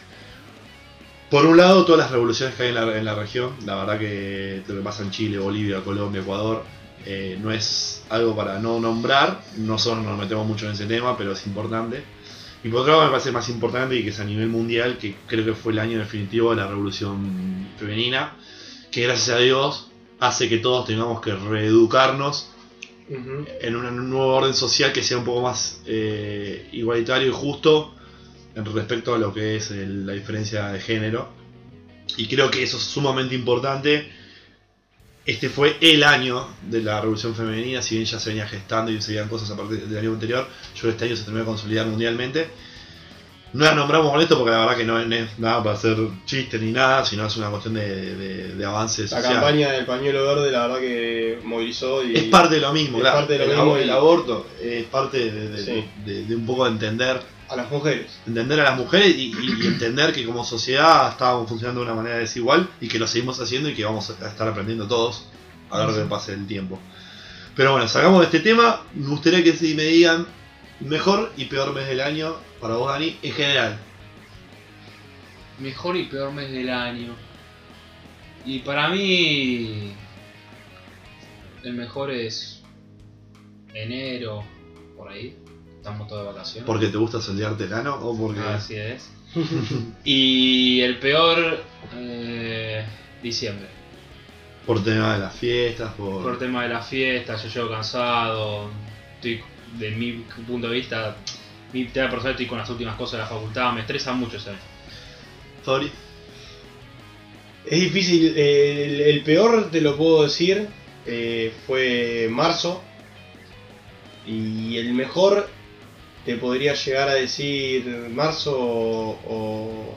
Speaker 1: por un lado, todas las revoluciones que hay en la, en la región, la verdad que lo que pasa en Chile, Bolivia, Colombia, Ecuador, eh, no es algo para no nombrar, nosotros nos metemos mucho en ese tema, pero es importante. Y por otro lado me parece más importante y que es a nivel mundial, que creo que fue el año definitivo de la revolución femenina, que gracias a Dios hace que todos tengamos que reeducarnos
Speaker 2: Ujú.
Speaker 1: en un- en un nuevo orden social que sea un poco más eh, igualitario y justo en respecto a lo que es el- la diferencia de género. Y creo que eso es sumamente importante. Este fue el año de la revolución femenina, si bien ya se venía gestando y se veían cosas a partir del año anterior, yo este año se terminó de consolidar mundialmente. No la nombramos con esto porque la verdad que no es nada para hacer chistes ni nada, sino es una cuestión de, de, de avance
Speaker 3: La
Speaker 1: social.
Speaker 3: campaña del pañuelo verde, la verdad que movilizó y.
Speaker 1: Es parte de lo mismo,
Speaker 3: es
Speaker 1: claro.
Speaker 3: parte de lo
Speaker 1: el,
Speaker 3: mismo
Speaker 1: abo-
Speaker 3: y-
Speaker 1: el aborto es parte de, de-
Speaker 3: Sí.
Speaker 1: de- de un poco de entender,
Speaker 3: A las mujeres.
Speaker 1: entender a las mujeres y, y- y entender que como sociedad estábamos funcionando de una manera desigual y que lo seguimos haciendo y que vamos a estar aprendiendo todos a lo largo que pase el tiempo. Pero bueno, sacamos de este tema. Me gustaría que si me digan mejor y peor mes del año para vos, Dani, en general.
Speaker 2: Mejor y peor mes del año. Y para mí. El mejor es. Enero, por ahí. Estamos todos de vacaciones. Ah,
Speaker 1: ¿Porque te gusta solearte el ano o porque.?
Speaker 2: Así es. y el peor. eh, diciembre.
Speaker 1: Por tema de las fiestas, por.
Speaker 2: Por tema de las fiestas, yo llego cansado. Estoy, de mi punto de vista, mi tema personal, estoy con las últimas cosas de la facultad. Me estresa mucho ese año.
Speaker 1: Sorry.
Speaker 3: Es difícil, eh, el, el peor te lo puedo decir eh, fue marzo y el mejor te podría llegar a decir marzo o...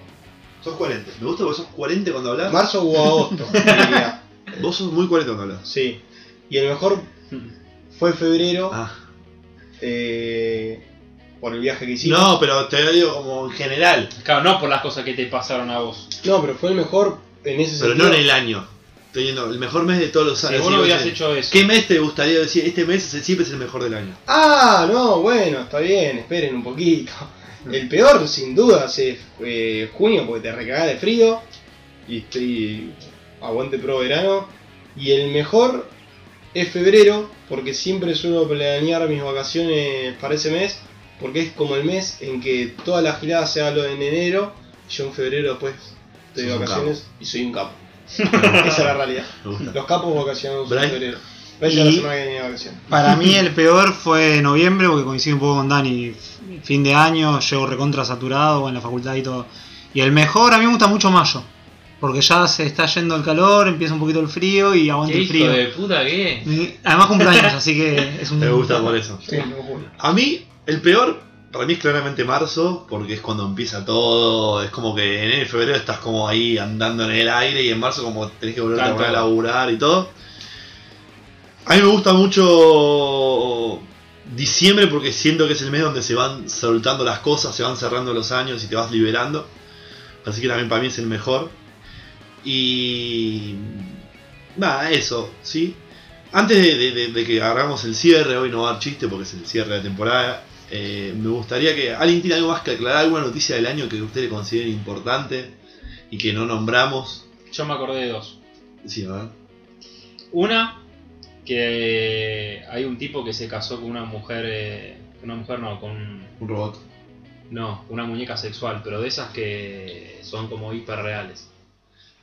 Speaker 1: Sos 40. Me gusta porque sos 40 cuando
Speaker 3: o-
Speaker 1: hablas.
Speaker 3: marzo o agosto, diría.
Speaker 1: Vos sos muy 40 cuando hablas.
Speaker 3: sí. Y el mejor fue febrero
Speaker 1: Ah.
Speaker 3: eh, por el viaje que hicimos.
Speaker 1: No, pero te lo digo como en general.
Speaker 2: Claro, no por las cosas que te pasaron a vos.
Speaker 3: No, pero fue el mejor en ese
Speaker 1: Pero
Speaker 3: sentido.
Speaker 1: no en el año. Estoy diciendo, el mejor mes de todos los
Speaker 2: Si
Speaker 1: años.
Speaker 2: vos no
Speaker 1: Sí,
Speaker 2: hubieras
Speaker 1: sí.
Speaker 2: hecho eso.
Speaker 1: ¿Qué mes te gustaría decir? Este mes es- siempre es el mejor del año.
Speaker 3: Ah, no, bueno, está bien, esperen un poquito.
Speaker 1: Mm.
Speaker 3: El peor, sin duda, es eh, junio porque te recagás de frío y estoy aguante pro verano. Y el mejor es febrero porque siempre suelo planear mis vacaciones para ese mes porque es como el mes en que toda la gilada se habla en enero y yo en febrero después estoy de
Speaker 1: Sos un
Speaker 3: vacaciones y soy un capo. Esa es la realidad.
Speaker 1: Me gusta.
Speaker 3: Los capos vacacionan en
Speaker 1: Bryce.
Speaker 3: febrero. Bryce ya la
Speaker 4: Y-
Speaker 3: semana que viene de vacaciones.
Speaker 4: Para mí el peor fue noviembre, porque coincido un poco con Dani. Fin de año, llego recontra saturado en la facultad y todo. Y el mejor, a mí me gusta mucho mayo. Porque ya se está yendo el calor, empieza un poquito el frío y aguanta
Speaker 2: ¿Qué
Speaker 4: el
Speaker 2: hijo
Speaker 4: frío.
Speaker 2: de puta qué?
Speaker 4: Y Además cumpleaños, así que es un...
Speaker 1: Me gusta por eso.
Speaker 3: Sí, el mejor junio.
Speaker 1: A mí, el peor, para mí es claramente marzo, porque es cuando empieza todo. Es como que en enero y febrero estás como ahí andando en el aire y en marzo como tenés que volver a
Speaker 2: Tanto.
Speaker 1: poner a laburar y todo. A mí me gusta mucho diciembre porque siento que es el mes donde se van soltando las cosas, se van cerrando los años y te vas liberando. Así que también para mí es el mejor. Y... Nada, eso, ¿sí? Antes de, de- de- de que agarramos el cierre, hoy no va a dar chiste porque es el cierre de temporada, eh, me gustaría que alguien tiene algo más que aclarar, alguna noticia del año que ustedes consideren importante y que no nombramos.
Speaker 2: Yo me acordé de dos.
Speaker 1: Sí, ¿verdad?
Speaker 2: Una, que hay un tipo que se casó con una mujer. eh, una mujer no, con.
Speaker 1: Un robot.
Speaker 2: No, una muñeca sexual, pero de esas que son como hiperreales.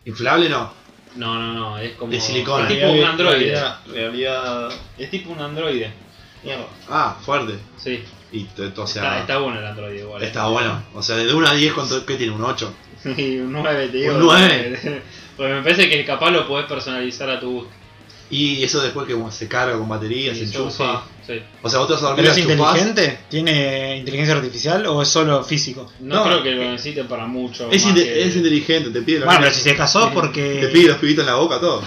Speaker 1: Inflable no.
Speaker 2: No, no, no, es como.
Speaker 1: De silicona.
Speaker 2: Es tipo un
Speaker 3: Realidad-
Speaker 2: androide.
Speaker 3: Realidad, realidad-
Speaker 2: Es tipo un androide,
Speaker 3: mierda.
Speaker 1: Ah, fuerte.
Speaker 2: sí.
Speaker 1: Y t- t- o sea,
Speaker 2: Está,
Speaker 1: está,
Speaker 2: está bueno el androide igual.
Speaker 1: bueno. O sea, de 1 a 10, ¿cuánto- ¿qué tiene? ¿Un 8?
Speaker 2: Y un 9, te digo.
Speaker 1: Un nueve.
Speaker 2: Porque me parece que capaz lo podés personalizar a tu gusto.
Speaker 1: Y eso después que bueno, se carga con batería, se
Speaker 2: Yo-
Speaker 1: enchufa.
Speaker 2: Sí, sí.
Speaker 1: O sea, vos te vas a dormir, la
Speaker 4: ¿Pero es
Speaker 1: enchufás.
Speaker 4: inteligente? ¿Tiene inteligencia artificial o es solo físico?
Speaker 2: No,
Speaker 1: No,
Speaker 2: creo que lo necesiten para mucho.
Speaker 1: Es,
Speaker 2: más
Speaker 1: inte-
Speaker 2: que-
Speaker 1: es inteligente, te pide la
Speaker 4: Bueno,
Speaker 1: mina-
Speaker 4: pero si se casó
Speaker 1: Te
Speaker 4: porque...
Speaker 1: pide los pibitos en la boca, todo.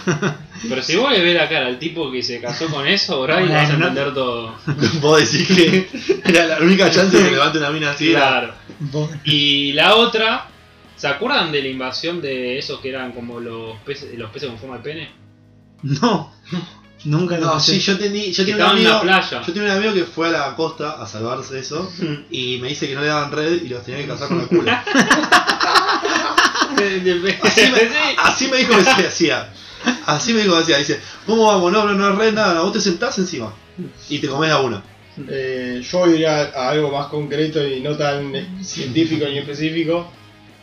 Speaker 2: Pero si vos le ves la cara al tipo que se casó con eso, Brian,
Speaker 4: No,
Speaker 2: vas a
Speaker 4: no.
Speaker 2: entender todo.
Speaker 1: Vos decís que era la única chance de que levante una mina así. era-
Speaker 2: Claro. Y la otra, ¿se acuerdan de la invasión de esos que eran como los peces, los peces con forma de pene?
Speaker 4: No, nunca lo
Speaker 1: No,
Speaker 4: escuché.
Speaker 1: sí, yo tenía, yo
Speaker 2: Que
Speaker 1: tenía un
Speaker 2: estaban en
Speaker 1: amigo,
Speaker 2: la playa.
Speaker 1: yo tenía un amigo que fue a la costa a salvarse de eso y me dice que no le daban red y los tenía que cazar con el culo. Así me,
Speaker 2: Sí.
Speaker 1: así me dijo que se hacía. Así me dijo que se hacía. Dice, ¿cómo vamos? No, no, no hay red, nada, vos te sentás encima y te comés la una.
Speaker 3: Eh, yo iría a algo más concreto y no tan científico ni específico.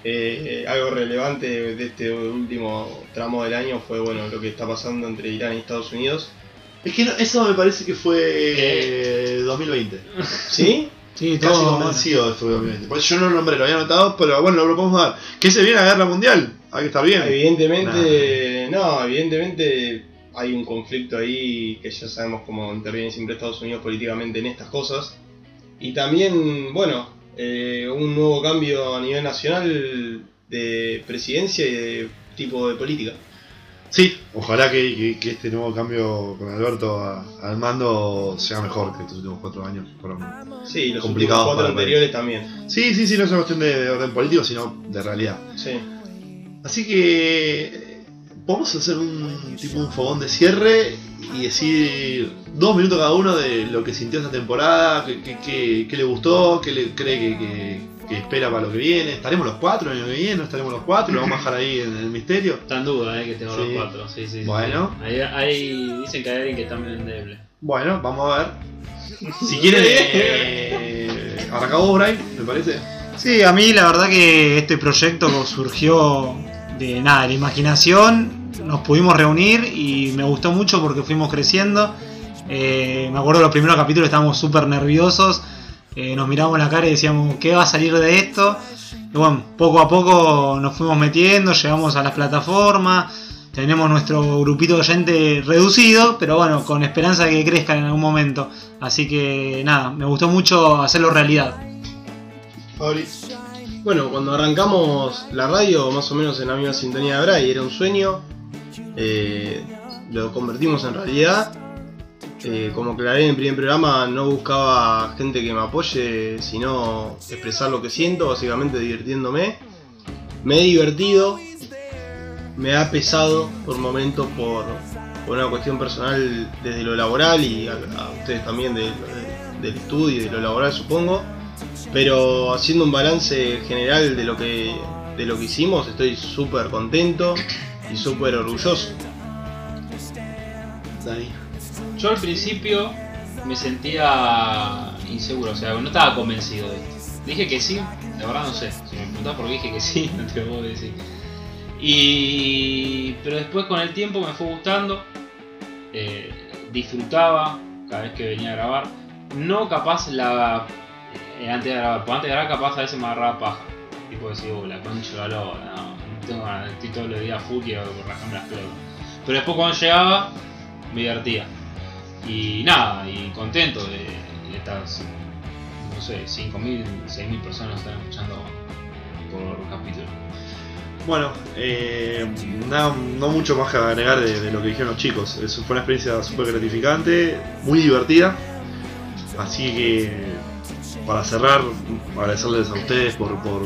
Speaker 3: Eh, eh, algo relevante de este último tramo del año fue bueno lo que está pasando entre Irán y Estados Unidos.
Speaker 1: Es que no- eso me parece que fue
Speaker 2: ¿Qué?
Speaker 1: eh, 2020.
Speaker 3: ¿Sí?
Speaker 4: Sí,
Speaker 1: Casi
Speaker 4: todo.
Speaker 1: convencido fue 2020. Por eso Pues yo no lo nombré, lo había anotado, pero bueno, lo podemos dar. Que se viene la guerra mundial. Hay que estar bien.
Speaker 3: Evidentemente, no, evidentemente hay un conflicto ahí que ya sabemos cómo interviene siempre Estados Unidos políticamente en estas cosas. Y también, bueno, eh, un nuevo cambio a nivel nacional de presidencia y de tipo de política.
Speaker 1: Sí, ojalá que, que- que este nuevo cambio con Alberto a- al mando sea mejor que estos últimos cuatro años. fueron.
Speaker 3: Sí, los
Speaker 1: Complicado
Speaker 3: últimos cuatro
Speaker 1: para el país.
Speaker 3: anteriores también.
Speaker 1: Sí, sí, sí, no es una cuestión de, de orden político, sino de realidad.
Speaker 3: Sí.
Speaker 1: Así que eh, podemos hacer un tipo un fogón de cierre y decir dos minutos cada uno de lo que sintió esta temporada, qué, qué- qué- qué le gustó, qué le cree que, que- que espera para lo que viene. ¿Estaremos los cuatro el año que viene? ¿No estaremos los cuatro? ¿Lo vamos a dejar ahí en el misterio?
Speaker 2: Está en duda, eh, que tengo
Speaker 1: Sí.
Speaker 2: los cuatro. Sí, sí, sí.
Speaker 1: Bueno.
Speaker 2: Ahí, ahí dicen que hay alguien que está medio endeble.
Speaker 1: Bueno, vamos a ver. Si quieren, eh, arrancamos vos, Brian, me parece.
Speaker 4: Sí, a mí la verdad que este proyecto surgió de nada, de la imaginación. Nos pudimos reunir y me gustó mucho porque fuimos creciendo. Eh, me acuerdo los primeros capítulos estábamos súper nerviosos. eh, nos mirábamos la cara y decíamos, ¿qué va a salir de esto? Y bueno, poco a poco nos fuimos metiendo, llegamos a las plataformas. Tenemos nuestro grupito de gente reducido, pero bueno, con esperanza de que crezcan en algún momento. Así que nada, me gustó mucho hacerlo realidad.
Speaker 3: Bueno, cuando arrancamos la radio, más o menos en la misma sintonía de Bray, era un sueño. eh, lo convertimos en realidad. Eh, como aclaré en el primer programa, no buscaba gente que me apoye, sino expresar lo que siento, básicamente divirtiéndome. Me he divertido, me ha pesado por momentos por, por una cuestión personal desde lo laboral y a, a ustedes también de- de- del estudio y de lo laboral supongo pero haciendo un balance general de lo que de lo que hicimos estoy súper contento y súper orgulloso
Speaker 1: Dani.
Speaker 2: Yo al principio me sentía inseguro, o sea, no estaba convencido de esto. Dije que sí, la verdad no sé. Si me preguntás por qué dije que sí, no te puedo decir. Y. Pero después con el tiempo me fue gustando. eh, disfrutaba cada vez que venía a grabar. No capaz la. eh, antes de grabar, porque antes de grabar capaz a veces me agarraba paja. Tipo decir, oh, la concha de la loba, no, no tengo ganas, estoy todos los días full, quiero rajarme las pelotas. Pero después cuando llegaba, me divertía. Y nada, y contento de, de estas, no sé, 5.000, 6.000 personas que están escuchando por capítulo.
Speaker 1: Bueno, eh, nada, no mucho más que agregar de, de lo que dijeron los chicos. Eso fue una experiencia súper gratificante, muy divertida. Así que, para cerrar, agradecerles a ustedes por, por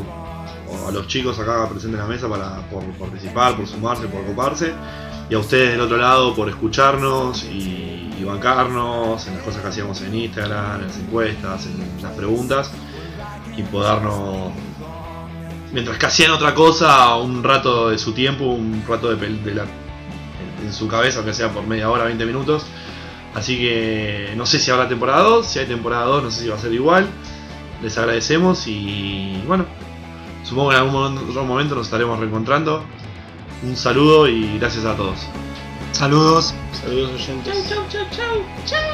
Speaker 1: o a los chicos acá presentes en la mesa para, por participar, por sumarse, por coparse. Y a ustedes del otro lado por escucharnos y, y bancarnos en las cosas que hacíamos en Instagram, en las encuestas, en las preguntas y podernos mientras que hacían otra cosa, un rato de su tiempo, un rato de, pel- de la- en su cabeza, aunque sea por media hora, 20 minutos. Así que no sé si habrá temporada 2, si hay temporada 2, no sé si va a ser igual. Les agradecemos y bueno, supongo que en algún mo- otro momento nos estaremos reencontrando. Un saludo y gracias a todos.
Speaker 4: Saludos.
Speaker 3: saludos oyentes
Speaker 2: chau, chau, chau, chau.